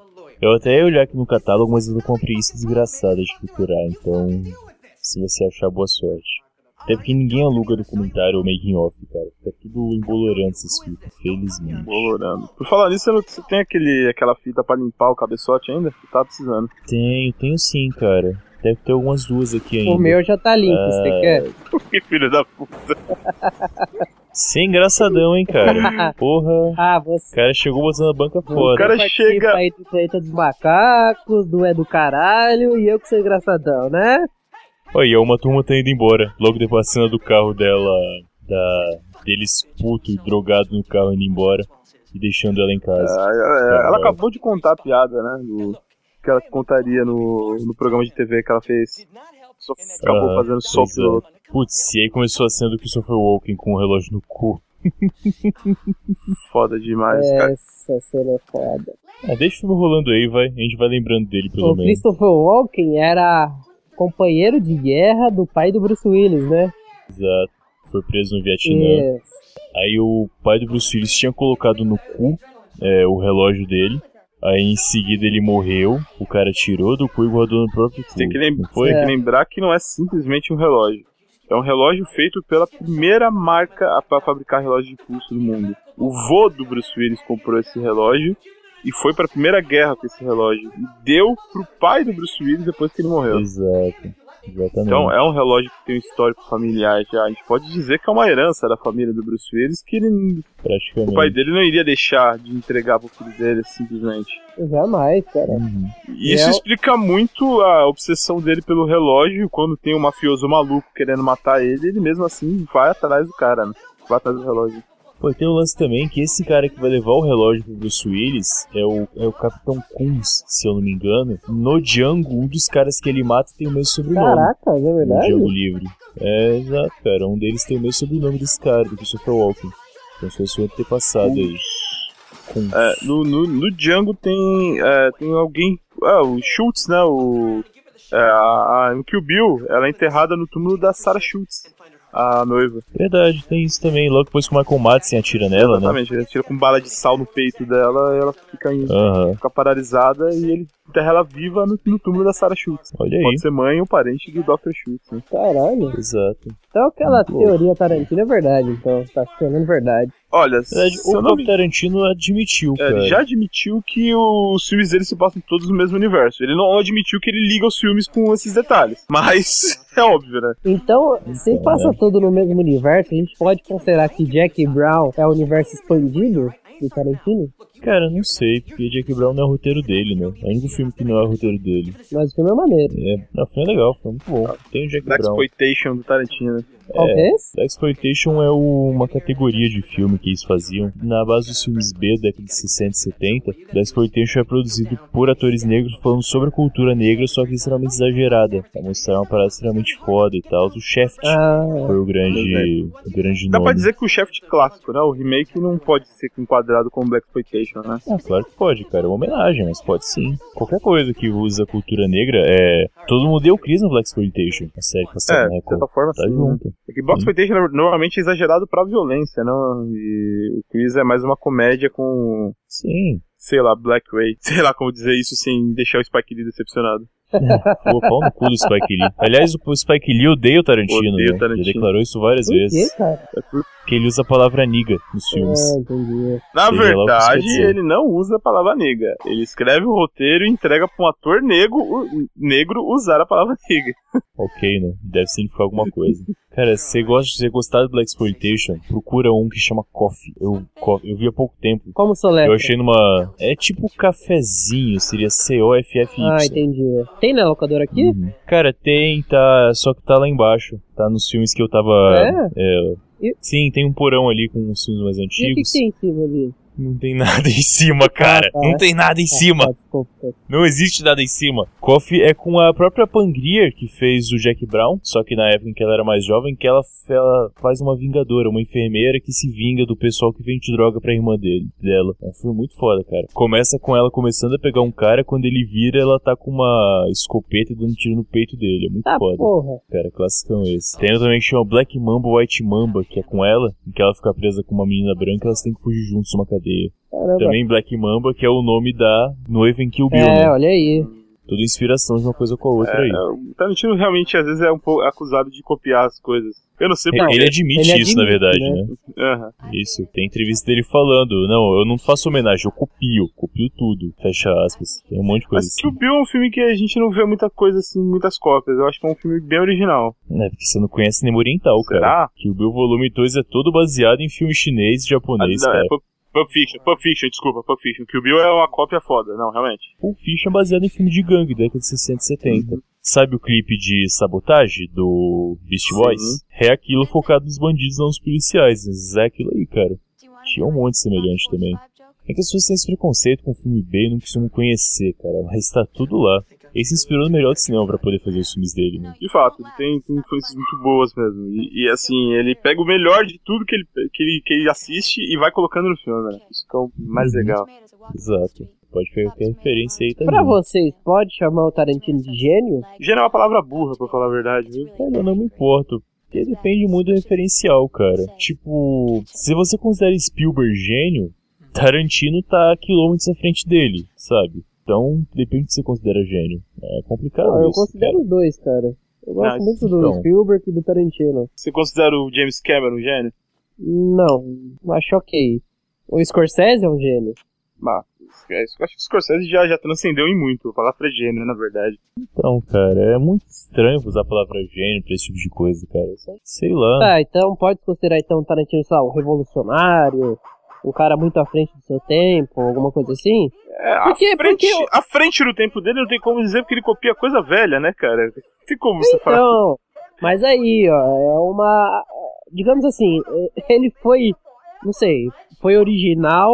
B: Eu até ia olhar aqui no catálogo, mas eu não comprei isso desgraçada de procurar, então. Se você achar, boa sorte. Até porque ninguém aluga documentário ou making off, cara. Tá tudo embolorando essas fitas, felizmente.
C: Bolorando. né? Por falar nisso, você, não- você tem aquele, aquela fita pra limpar o cabeçote ainda? Eu tava precisando.
B: Tenho, tenho sim, cara. Deve ter algumas duas aqui ainda.
A: O meu já tá limpo,
C: É.
A: você quer?
C: Que filho da puta.
B: Você é engraçadão, hein, cara. Porra.
A: Ah,
B: O
A: você.
B: cara chegou botando a banca fora.
C: O cara
A: participa
C: chega-
A: aí do Planeta dos Macacos, do É do Caralho e eu que sou engraçadão, né?
B: Olha, e uma turma tá indo embora. Logo depois da cena do carro dela. Da. Deles puto e drogado no carro indo embora. E deixando ela em casa.
C: Ah, é, é, Ela acabou de contar a piada, né? do- que ela contaria no, no programa de TV que ela fez. Só acabou
B: Aham,
C: fazendo só
B: pois é.
C: pelo.
B: Putz, e aí começou a cena do Christopher Walken com o relógio no cu.
C: Foda demais,
A: É,
C: cara.
A: Essa cena é foda.
B: Ah, deixa o filme rolando aí, vai. A gente vai lembrando dele, pelo
A: O
B: menos.
A: Christopher Walken era companheiro de guerra do pai do Bruce Willis, né?
B: Exato. Foi preso no Vietnã.
A: E
B: Aí o pai do Bruce Willis tinha colocado no cu é, o relógio dele. Aí em seguida ele morreu. O cara tirou do cu e guardou no próprio cu.
C: Tem que, lem-
B: não foi?
C: tem que lembrar que não é simplesmente um relógio. É um relógio feito pela primeira marca a pra fabricar relógio de pulso do mundo. O vô do Bruce Willis comprou esse relógio e foi pra primeira guerra com esse relógio. E deu pro pai do Bruce Willis depois que ele morreu.
B: Uhum. Exato. Exatamente.
C: Então é um relógio que tem um histórico familiar já. A gente pode dizer que é uma herança da família do Bruce Willis que ele-
B: praticamente.
C: o pai dele não iria deixar de entregar pro filho dele simplesmente.
A: é, jamais, cara.
B: Uhum.
C: E Isso
A: É o-
C: explica muito a obsessão dele pelo relógio. Quando tem um mafioso maluco querendo matar ele, ele mesmo assim vai atrás do cara, né? Vai atrás do relógio.
B: Pô, tem um lance também que esse cara que vai levar o relógio pro Bruce Willis é o, é o Capitão Kunz, se eu não me engano. No Django, um dos caras que ele mata tem o mesmo sobrenome.
A: Caraca, não é
B: No
A: verdade?
B: Django Livre. É, exato, cara. Um deles tem o mesmo sobrenome desse cara, do Christopher Walken. Então se fosse o antepassado aí. Kunz.
C: É, no, no, no Django tem, é, tem alguém. Ah, o Schultz, né? O, é, a, a no Kill Bill, ela é enterrada no túmulo da Sarah Schultz, a noiva.
B: Verdade, tem isso também. Logo depois que o Michael Madsen atira nela, né? É.
C: Exatamente, ele tira com bala de sal no peito dela, ela fica, em-
B: Aham.
C: fica paralisada e ele enterra ela viva no, no túmulo da Sarah Schultz.
B: Olha aí.
C: Pode ser mãe ou parente do Dr. Schultz, né?
A: Caralho.
B: Exato.
A: Então aquela
B: Pô.
A: teoria Tarantino é verdade, então. Tá se tornando verdade.
C: Olha,
B: Na verdade,
C: se eu
B: o
C: não
B: próprio
C: me...
B: Tarantino admitiu,
C: é,
B: cara.
C: ele já admitiu que os filmes dele se passam todos no mesmo universo. Ele não admitiu que ele liga os filmes com esses detalhes. Mas é óbvio, né?
A: Então, se passa tudo no mesmo universo, a gente pode considerar que Jack Brown é o universo expandido do Tarantino?
B: Cara, não sei, porque Jack Brown não é o roteiro dele, né? É o único filme que não é o roteiro dele.
A: Mas o filme é maneiro.
B: É, não, foi legal, foi muito
C: Ah.
B: bom. Tem o Jack
C: Da
B: Brown.
C: exploitation do Tarantino.
A: Qual que é esse?
B: Black Exploitation é o- uma categoria de filme que eles faziam. Na base dos filmes B da década de 60 e 70, Black Exploitation é produzido por atores negros falando sobre a cultura negra, só que extremamente exagerada. Pra mostrar uma parada extremamente foda e tal. O Shaft
A: Ah,
B: foi o grande, o grande
C: é. Dá
B: nome.
C: pra dizer que o Shaft clássico, né? O remake não pode ser enquadrado como Black Exploitation, né?
B: Ah, claro que pode, cara. É uma homenagem, mas pode sim. Qualquer coisa que usa a cultura negra é. Todo mundo deu crise no Black Exploitation. A série passada,
C: É,
B: né?
C: de certa forma,
B: Tá
C: sim. né?
B: junto.
C: É que Black Exploitation normalmente é exagerado pra violência, não? E o Chris é mais uma comédia com,
B: Sim.
C: sei lá, Black Way. Sei lá como dizer isso sem deixar o Spike Lee decepcionado.
B: Pô, pau no cu do Spike Lee. Aliás, o Spike Lee odeia o Tarantino,
C: Odeia o
B: né?
C: Tarantino.
B: Ele declarou isso várias
A: por
B: vezes.
A: que, cara?
B: Que ele usa a palavra niga nos filmes.
A: Ah, entendi.
C: Na
B: Seja lá o que isso quer
C: verdade,
B: dizer.
C: ele não usa a palavra nega. Ele escreve o roteiro e entrega pra um ator negro, u- negro usar a palavra nega.
B: Ok, né? Deve significar alguma coisa. Cara, se você gosta de gostar do Black Exploitation, procura um que chama Coffee. Eu, co- eu vi há pouco tempo.
A: Como
B: Eu
A: Solestra?
B: achei numa. É tipo cafezinho, seria C-O-F-F-Y.
A: Ah, entendi. Tem na locadora aqui?
B: Uhum. Cara, tem, tá. Só que tá lá embaixo. Tá nos filmes que eu tava.
A: É? E-
B: Sim, tem um porão ali com os filmes mais
A: E o que,
B: antigos.
A: que tem em cima ali?
B: Não tem nada em cima, cara.
A: tá.
B: Não tem nada em cima.
A: Ah, desculpa.
B: Não existe nada em cima. Coffee é com a própria Pangrier que fez o Jack Brown, só que na época em que ela era mais jovem, que ela, ela faz uma vingadora, uma enfermeira que se vinga do pessoal que vende droga pra irmã dele, dela. É um filme muito foda, cara. Começa com ela começando a pegar um cara, quando ele vira, ela tá com uma escopeta e dando um tiro no peito dele. É muito
A: Ah,
B: foda.
A: porra.
B: Cara, classicão esse. Tem um também que chama Black Mamba White Mamba, que é com ela, em que ela fica presa com uma menina branca, elas têm que fugir juntos numa cadeia.
A: Caramba.
B: Também Black Mamba, que é o nome da noiva em Kill Bill.
A: É,
B: né?
A: olha aí.
B: Toda inspiração de uma coisa com a outra aí.
C: É, o Tarantino realmente, às vezes, é um pouco acusado de copiar as coisas. Eu não sei
B: Ele-
C: por
B: ele admite
A: Ele
B: isso, na
A: admite,
B: verdade,
A: né?
B: né?
C: Aham.
B: Isso, tem entrevista dele falando, não, eu não faço homenagem, eu copio, copio tudo, fecha aspas, tem um monte de coisa
C: Mas que o
B: assim.
C: Bill é um filme que a gente não vê muita coisa assim, muitas cópias. Eu acho que é um filme bem original.
B: É, porque você não conhece cinema oriental, cara.
C: Será?
B: Que o Bill Volume 2 é todo baseado em filme chinês e japonês,
C: Ah, não,
B: cara.
C: é Pulp, Pulp Fiction, Pulp Fiction, desculpa, Pulp Fiction. Que o Bill é uma cópia foda, não, realmente.
B: Pulp Fiction é baseado em filme de gangue, década de 60 e 70. Sabe o clipe de Sabotagem, do Beast
C: Sim.
B: Boys? É aquilo focado nos bandidos, não nos policiais. Mas é aquilo aí, cara.
F: Tinha um monte semelhante também.
B: É que as pessoas têm esse preconceito com filme B e não costumam conhecer, cara. Mas tá tudo lá. Ele se inspirou no melhor do cinema pra poder fazer os filmes dele, né?
C: De fato, ele tem, tem influências muito boas mesmo. E, e, assim, ele pega o melhor de tudo que ele, que ele, que ele assiste e vai colocando no filme, né? Isso que é o mais
B: Uhum.
C: legal.
B: Exato. Pode pegar qualquer referência aí também.
A: Pra vocês, pode chamar o Tarantino de gênio?
C: Gênio é uma palavra burra, pra falar a verdade, viu?
B: Cara, eu É, não me importo. Porque depende muito do referencial, cara. Tipo, se você considera Spielberg gênio, Tarantino tá quilômetros à frente dele, sabe? Então, depende do que você considera gênio. É complicado
A: Não, Ah, eu
B: isso,
A: considero
B: cara.
A: os dois, cara. Eu gosto
C: Não,
A: muito do
B: então.
A: Spielberg e do Tarantino.
C: Você considera o James Cameron um gênio?
A: Não, acho ok. O Scorsese é um gênio.
C: Bah, é isso que eu acho que o Scorsese já, já transcendeu em muito. A palavra é gênio, na verdade.
B: Então, cara, é muito estranho usar a palavra gênio pra esse tipo de coisa, cara. Sei lá.
A: Tá, então pode considerar então o Tarantino, sei lá, um revolucionário, um cara muito à frente do seu tempo, alguma coisa assim?
C: É, a,
A: Por quê?
C: frente,
A: Porque
C: a frente do tempo dele não tem como dizer porque ele copia coisa velha, né, cara? Não tem como você falar.
A: Então, mas aí, ó, é uma. Digamos assim, é, ele foi. Não sei, foi original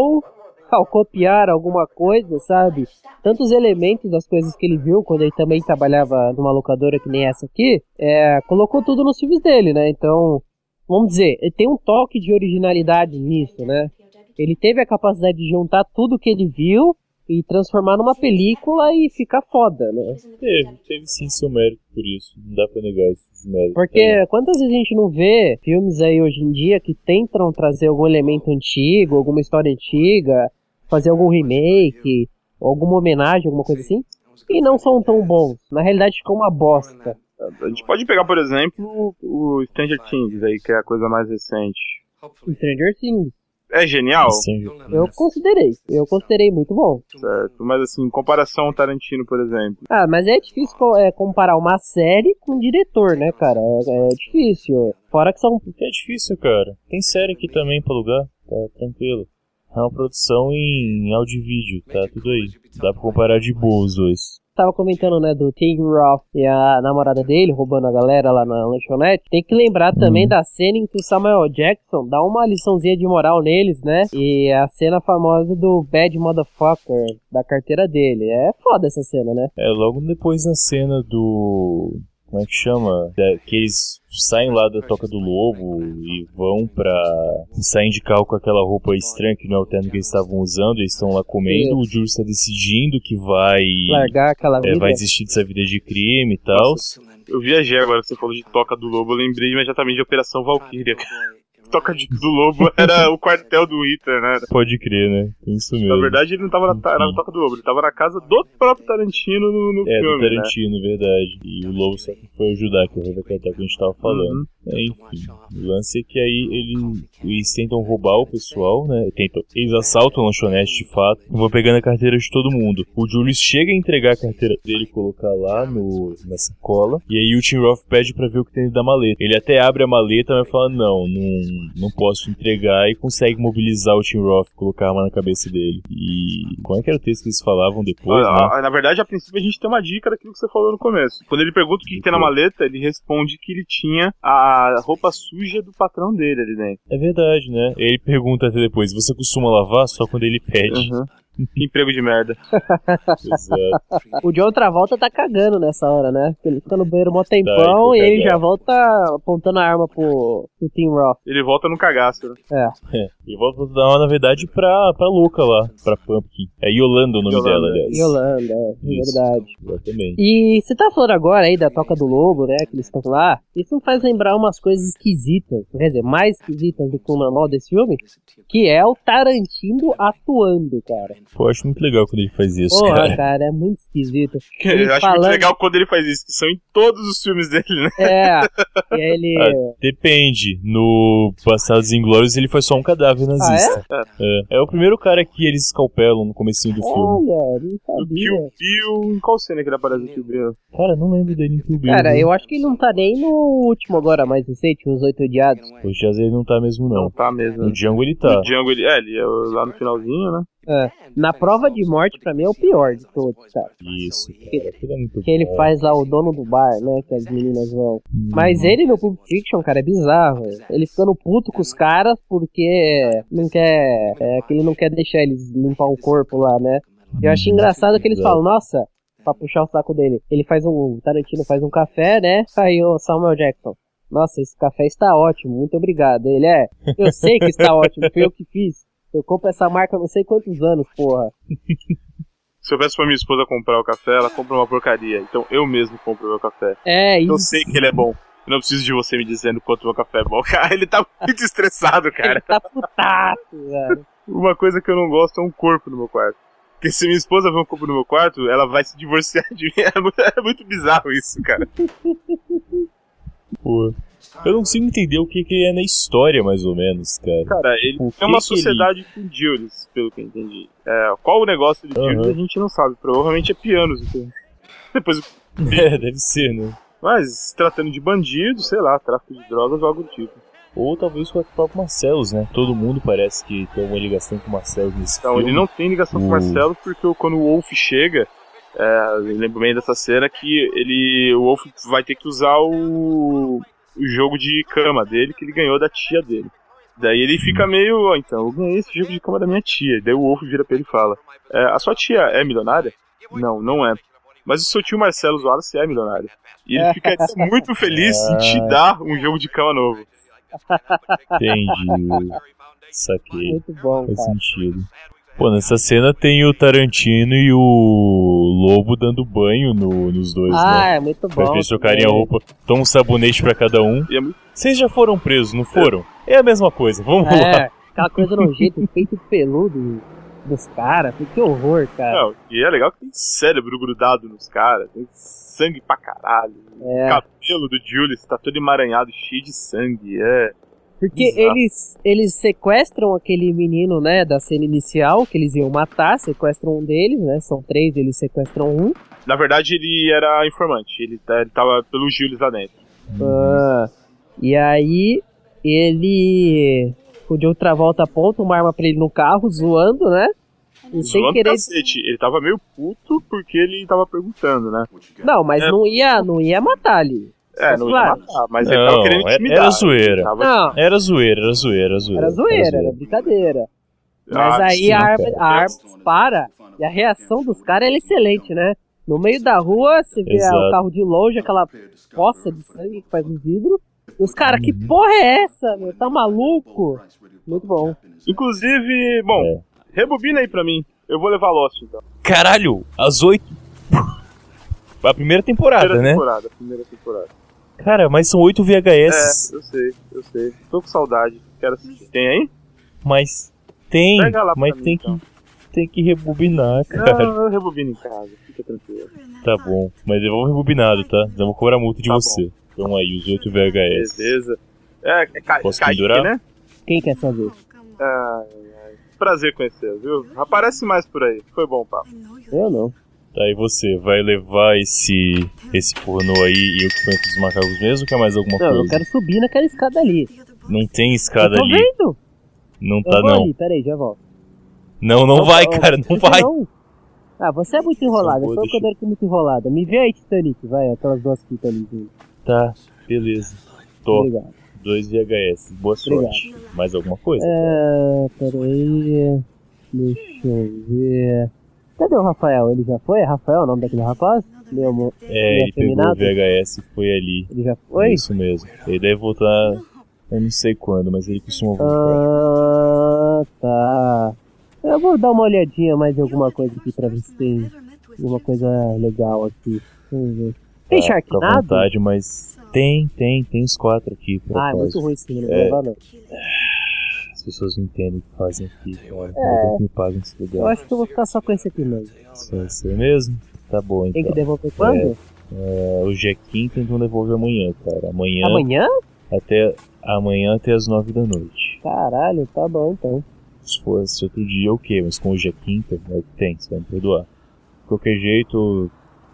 A: ao copiar alguma coisa, sabe? Tantos elementos das coisas que ele viu quando ele também trabalhava numa locadora que nem essa aqui, é, colocou tudo nos filmes dele, né? Então, vamos dizer, ele tem um toque de originalidade nisso, né? Ele teve a capacidade de juntar tudo que ele viu e transformar numa película e ficar foda, né?
B: Teve, teve sim seu mérito por isso. Não dá pra negar esse tipo mérito.
A: Porque quantas vezes a gente não vê filmes aí hoje em dia que tentam trazer algum elemento antigo, alguma história antiga, fazer algum remake, alguma homenagem, alguma coisa assim? e não são tão bons. Na realidade ficou uma bosta.
C: A gente pode pegar, por exemplo, o Stranger Things aí, que é a coisa mais recente.
A: Stranger Things.
C: É genial,
B: Assim,
A: Eu considerei. Eu considerei muito bom.
C: certo? Mas assim, em comparação ao Tarantino, por exemplo.
A: Ah, mas é difícil co- é, comparar uma série com um diretor, né, cara? É, é difícil. Fora que são.
B: é difícil, cara. Tem série aqui também pra alugar, tá tranquilo. É uma produção em áudio e vídeo, tá tudo aí. Dá pra comparar de boa os dois.
A: Tava comentando, né, do Tim Roth e a namorada dele roubando a galera lá na lanchonete. Tem que lembrar
B: Uhum.
A: também da cena em que o Samuel Jackson dá uma liçãozinha de moral neles, né? E a cena famosa do Bad Motherfucker da carteira dele. É foda essa cena, né?
B: É, logo depois na cena do. Como é que chama? Da- que eles saem lá um da Toca do Lobo e vão pra. e saem de carro com aquela roupa estranha que não é o terno que eles estavam usando, eles estão lá comendo, o Júlio está decidindo que vai.
A: Largar aquela
B: é,
A: vida.
B: vai desistir dessa vida de crime e tal.
C: Eu viajei agora que você falou de Toca do Lobo, eu lembrei imediatamente de Operação Valkyria. Toca de- do Lobo era o quartel do Hitler, né?
B: Pode crer, né? Tem Isso mesmo.
C: Na verdade, ele não tava na, ta- na Toca do Lobo, ele tava na casa do próprio Tarantino no, no
B: É, do
C: filme, né?
B: Tarantino, verdade. E o Lobo só que foi ajudar, que eu vou até o que a gente tava falando.
C: Uhum.
B: É, enfim. O lance é que aí ele, eles tentam roubar o pessoal, né? Tentam, eles assaltam a lanchonete de fato. e Vão pegando a carteira de todo mundo. O Julius chega a entregar a carteira dele e colocar lá no, na sacola. E aí o Tim Roth pede pra ver o que tem dentro da maleta. Ele até abre a maleta, mas fala: Não, não, não posso te entregar. E consegue mobilizar o Tim Roth, colocar a arma na cabeça dele. E. Como é que era o texto que eles falavam depois,
C: Olha,
B: né?
C: a- a- Ah, Na verdade, a princípio a gente tem uma dica daquilo que você falou no começo. Quando ele pergunta o que, que
B: Uhum.
C: tem na maleta, ele responde que ele tinha a roupa suja do patrão dele ali dentro.
B: É verdade, né? Ele pergunta até depois, você costuma lavar só quando ele pede?
C: Uhum. Emprego de merda.
B: Exato.
A: O John Travolta tá cagando nessa hora, né? Porque Ele fica no banheiro mó tempão
B: Tá,
A: e
B: ele
A: ele
B: fica
A: já volta apontando a arma pro, pro Tim Roth.
C: Ele volta no cagaço. né?
B: É. E volta pra dar uma, na verdade, pra, pra louca lá, pra Pumpkin. É Yolanda o nome
C: Yolanda.
B: dela, aliás.
A: Yolanda, é
B: Isso.
A: verdade.
B: Exatamente.
A: E você tá falando agora aí da Toca do Lobo, né? Que eles estão lá. Isso me faz lembrar umas coisas esquisitas, quer dizer, mais esquisitas do que o normal desse filme, que é o Tarantino atuando, cara.
B: Pô, eu acho muito legal quando ele faz isso,
A: Porra,
B: cara.
A: cara, é muito esquisito. Ele
C: Eu acho
A: falando-
C: muito legal quando ele faz isso, que são em todos os filmes dele, né?
A: É, e aí ele.
B: Ah, Depende. No Passados Inglórios ele foi só um cadáver
A: Ah,
B: nazista. é? É. o primeiro cara que eles escalpelam no comecinho
A: Oh.
B: do filme.
A: Olha, não
C: O
A: sabia.
C: Kill Bill. Em qual cena que ele aparece no Kill Bill?
B: Cara, não lembro dele em um, né? Kill Bill.
A: Cara,
B: viu?
A: eu acho que ele não tá nem no último agora, mais recente, os Oito Odiados.
B: Hoje às vezes ele não tá mesmo,
C: Não
B: não.
C: tá mesmo.
B: No Django ele
C: O
B: tá.
C: Django, ele, é, ele é lá no finalzinho, né?
A: É, Na prova de morte, pra mim, é o pior de todos, cara.
B: Isso, cara. Aquilo é muito
A: Que ele
B: bom.
A: faz lá o dono do bar, né? Que as meninas vão.
B: Hum.
C: Uhum.
A: Mas ele no Pulp Fiction, cara, é bizarro. Ele ficando puto com os caras porque não quer. É, que ele não quer deixar eles limpar o corpo lá, né? E eu acho
C: Uhum.
A: engraçado que eles falam, nossa, pra puxar o saco dele. Ele faz um. O Tarantino faz um café, né? Aí o Samuel Jackson. Nossa, esse café está ótimo, muito obrigado. Ele é. Eu sei que está ótimo, foi eu que fiz. Eu compro essa marca há não sei quantos anos, porra.
C: Se eu peço pra minha esposa comprar o café, ela compra uma porcaria. Então eu mesmo compro meu café.
A: É,
C: Eu
A: isso.
C: sei que ele é bom. Eu não preciso de você me dizendo quanto meu café é bom. Cara, ele tá muito estressado, cara.
A: Ele tá putaço, velho.
C: Uma coisa que eu não gosto é um corpo no meu quarto. Porque se minha esposa vê um corpo no meu quarto, ela vai se divorciar de mim. É muito, é muito bizarro isso, cara.
B: Pô. Eu não consigo entender o que, que é na história, mais ou menos, cara.
C: Cara, ele
B: O que
C: é uma
B: que
C: sociedade com Dildes, pelo que eu entendi. É, qual o negócio de Dildes
B: Aham.
C: a gente não sabe. Provavelmente é pianos. Então. Depois,
B: É, deve ser, né?
C: mas se tratando de bandido, sei lá, tráfico de drogas ou algo do tipo.
B: Ou talvez com o próprio Marcelos, né? Todo mundo parece que tem uma ligação com o Marcelos nesse
C: Então,
B: filme.
C: ele não tem ligação com o
B: Hum.
C: Marcelo, porque o- quando o Wolf chega, é, eu lembro bem dessa cena que ele, o Wolf vai ter que usar o, o jogo de cama dele que ele ganhou da tia dele. Daí ele fica meio, ó, então, eu ganhei esse jogo de cama da minha tia. Daí o Wolf vira pra ele e fala: é, A sua tia é milionária? Não, não é. Mas o seu tio Marcelo Wallace é milionário. E ele fica muito feliz em te dar um jogo de cama novo.
B: Entendi. Saquei.
A: Muito bom,
B: Faz
A: cara.
B: sentido. Pô, nessa cena tem o Tarantino e o Lobo dando banho no- nos dois, né?
A: Ah, é muito bom.
B: Pra eles trocarem a
A: é.
B: roupa. Toma um sabonete pra cada um.
C: E é muito-
B: Vocês já foram presos, não foram? É a mesma coisa, vamos lá.
A: É, aquela coisa nojenta, peito peludo. dos caras. Que horror, cara.
C: Não, e é legal que tem cérebro grudado nos caras, tem sangue pra caralho.
A: É.
C: O cabelo do Julius tá todo emaranhado, cheio de sangue. É.
A: Porque
C: Exato.
A: eles, eles sequestram aquele menino, né, da cena inicial, que eles iam matar, sequestram um deles, né? São três, eles sequestram um.
C: Na verdade, ele era informante, ele, tá- ele tava pelo Julius lá dentro.
B: Uhum.
A: Ah, e aí ele. O John Travolta aponta uma arma pra ele no carro, zoando, né? E sem
C: Zoando
A: querer.
C: cacete. Ele tava meio puto porque ele tava perguntando, né?
A: Não, mas
C: É.
A: não ia, não ia matar ali.
C: É, não ia
A: Claro.
C: matar, mas ele tava
B: Não,
C: querendo
B: era,
C: intimidar. né?
B: era zoeira.
C: Tava-
A: Não,
B: Era zoeira, era zoeira, era zoeira.
A: era zoeira, era brincadeira. Mas
C: Ah,
A: aí a
B: sim,
A: arma,
B: cara.
A: a arma para e a reação dos caras é excelente, né? No meio da rua, você vê
B: Exato.
A: o carro de longe, aquela poça de sangue que faz no vidro. E os caras,
B: Uhum.
A: que porra é essa, meu? Tá maluco? Muito bom.
C: Inclusive, bom,
B: É.
C: rebobina aí pra mim. Eu vou levar Lost então.
B: Caralho, as oito. A primeira temporada,
C: Primeira
B: né?
C: temporada, primeira temporada.
B: Cara, mas são oito VHS.
C: É, eu sei, eu sei. Tô com saudade. Quero assistir. Tem aí?
B: Mas tem.
C: Pega lá pra
B: Mas
C: mim,
B: tem
C: então.
B: que. Tem que rebobinar, cara.
C: Não, eu rebobino em casa, fica tranquilo.
B: Tá bom. Mas eu vou rebobinado, tá? Eu vou cobrar multa de
C: Tá
B: você. Então aí, os oito VHS.
C: Beleza. É, é Ca
B: Posso
C: Kaique,
B: pendurar?
C: né?
A: Quem quer saber?
C: Ai, ai. Prazer conhecer, viu? Aparece mais por aí. Foi bom, papo.
A: Eu não.
B: Tá, e você vai levar esse. esse pornô aí e o que foi entre os macacos mesmo ou quer mais alguma
A: Não,
B: coisa?
A: eu quero subir naquela escada ali.
B: Não tem escada
A: Eu tô
B: ali.
A: vendo.
B: Não
A: Eu
B: tá,
A: vou
B: não.
A: ali, peraí, já volto.
B: Não, não
A: Eu-
B: vai,
A: eu-
B: cara, não
A: Por que
B: vai.
A: não? Ah, você é muito enrolada.
B: vou,
A: Foi o que eu
B: deixa
A: quero que é muito enrolada. Me vê aí, Titanic, vai, aquelas duas fitas ali. gente.
B: Tá, beleza. Tô.
A: Obrigado.
B: Dois VHS. Boa sorte. Mais alguma coisa?
A: É, peraí. Deixa eu ver. Cadê o Rafael? Ele já foi? É Rafael o nome daquele rapaz? Meu amor.
B: É,
A: ele
B: ele pegou o
A: afeminado?
B: VHS e foi ali.
A: Ele já foi?
B: Isso mesmo. Ele deve voltar. Eu não sei quando, mas ele costuma voltar.
A: Ah, tá. Eu vou dar uma olhadinha mais em alguma coisa aqui pra ver se tem alguma coisa legal aqui. Deixa eu ver. Tem
B: Tá, Fica à
A: Sharknado?
B: vontade, mas. Tem, tem, tem os quatro aqui. por
A: Ah, é
B: acaso.
A: muito ruim esse filme, não
B: É.
A: vou levar não.
B: As pessoas não entendem o que fazem aqui. Olha, é. me pagam esse
A: Eu
B: lugar.
A: acho que eu vou ficar só com esse aqui mesmo.
B: Isso vai ser mesmo? Tá bom,
A: Tem que
B: então.
A: devolver quando?
B: É, o Jequim tentam devolver amanhã, cara. Amanhã,
A: Amanhã?
B: até amanhã até as nove da noite.
A: Caralho, tá bom então.
B: Se fosse outro dia, ok, mas com hoje é quinta, é o que tem, você vai me perdoar. De qualquer jeito,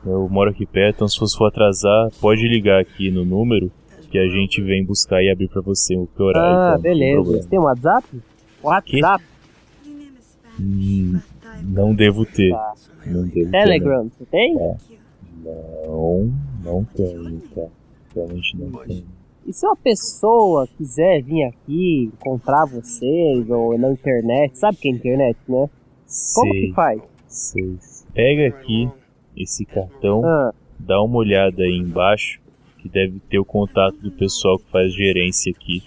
B: eu moro aqui perto, então se você for atrasar, pode ligar aqui no número que a gente vem buscar e abrir pra você o que horário. então, não
A: Ah,
B: tem
A: beleza.
B: problema.
A: Você tem um WhatsApp? WhatsApp?
B: Hum, não devo ter.
A: Tá.
B: Não devo
A: Telegram, você tem?
B: ter. Não, não tenho, tá? Realmente não tenho.
A: E se uma pessoa quiser vir aqui encontrar vocês ou na internet, sabe que é internet, né? Como
B: Sei,
A: que faz?
B: sei. Pega aqui esse cartão
A: Ah,
B: dá uma olhada aí embaixo, que deve ter o contato do pessoal que faz gerência aqui,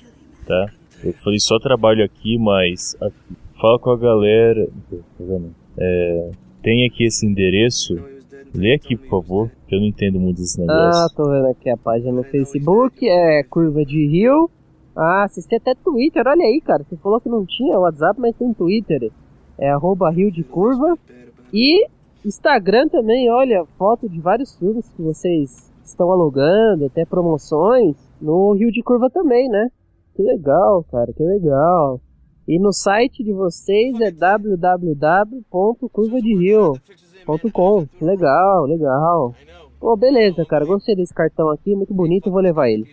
B: tá? Eu falei só trabalho aqui, mas aqui. fala com a galera. Pô, tá vendo? É, tem aqui esse endereço. Lê aqui, por favor, que eu não entendo muito desse
A: ah,
B: negócio.
A: tô vendo aqui a página no Facebook, é Curva de Rio. Ah, vocês têm até Twitter, olha aí, cara. Você falou que não tinha WhatsApp, mas tem Twitter. É arroba Rio de Curva. E Instagram também, olha, foto de vários filmes que vocês estão alugando, até promoções, no Rio de Curva também, né? Que legal, cara, que legal. E no site de vocês é www.curvaderio.com. Legal, legal. Pô, beleza, cara, gostei desse cartão aqui, muito bonito, vou levar ele.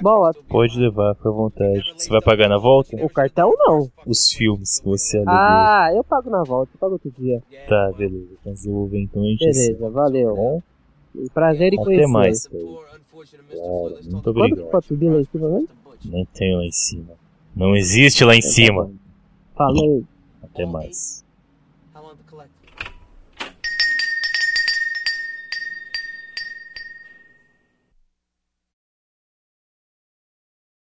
A: Bom, a-
B: Pode levar, fica à vontade. Você vai pagar na volta?
A: o cartão não.
B: Os filmes que você alugou.
A: Ah, eu pago na volta, eu pago outro dia.
B: Tá, beleza. Mas eu vou ver então antes.
A: Beleza, valeu.
B: Bom,
A: Prazer em conhecer.
B: até mais. cara.
F: Cara,
B: Muito
A: Quando que
B: obrigado.
A: pode subir lá em cima, né? Tá
B: Não tem lá em cima. Não existe lá em cima.
A: Falei.
B: Até mais. Né?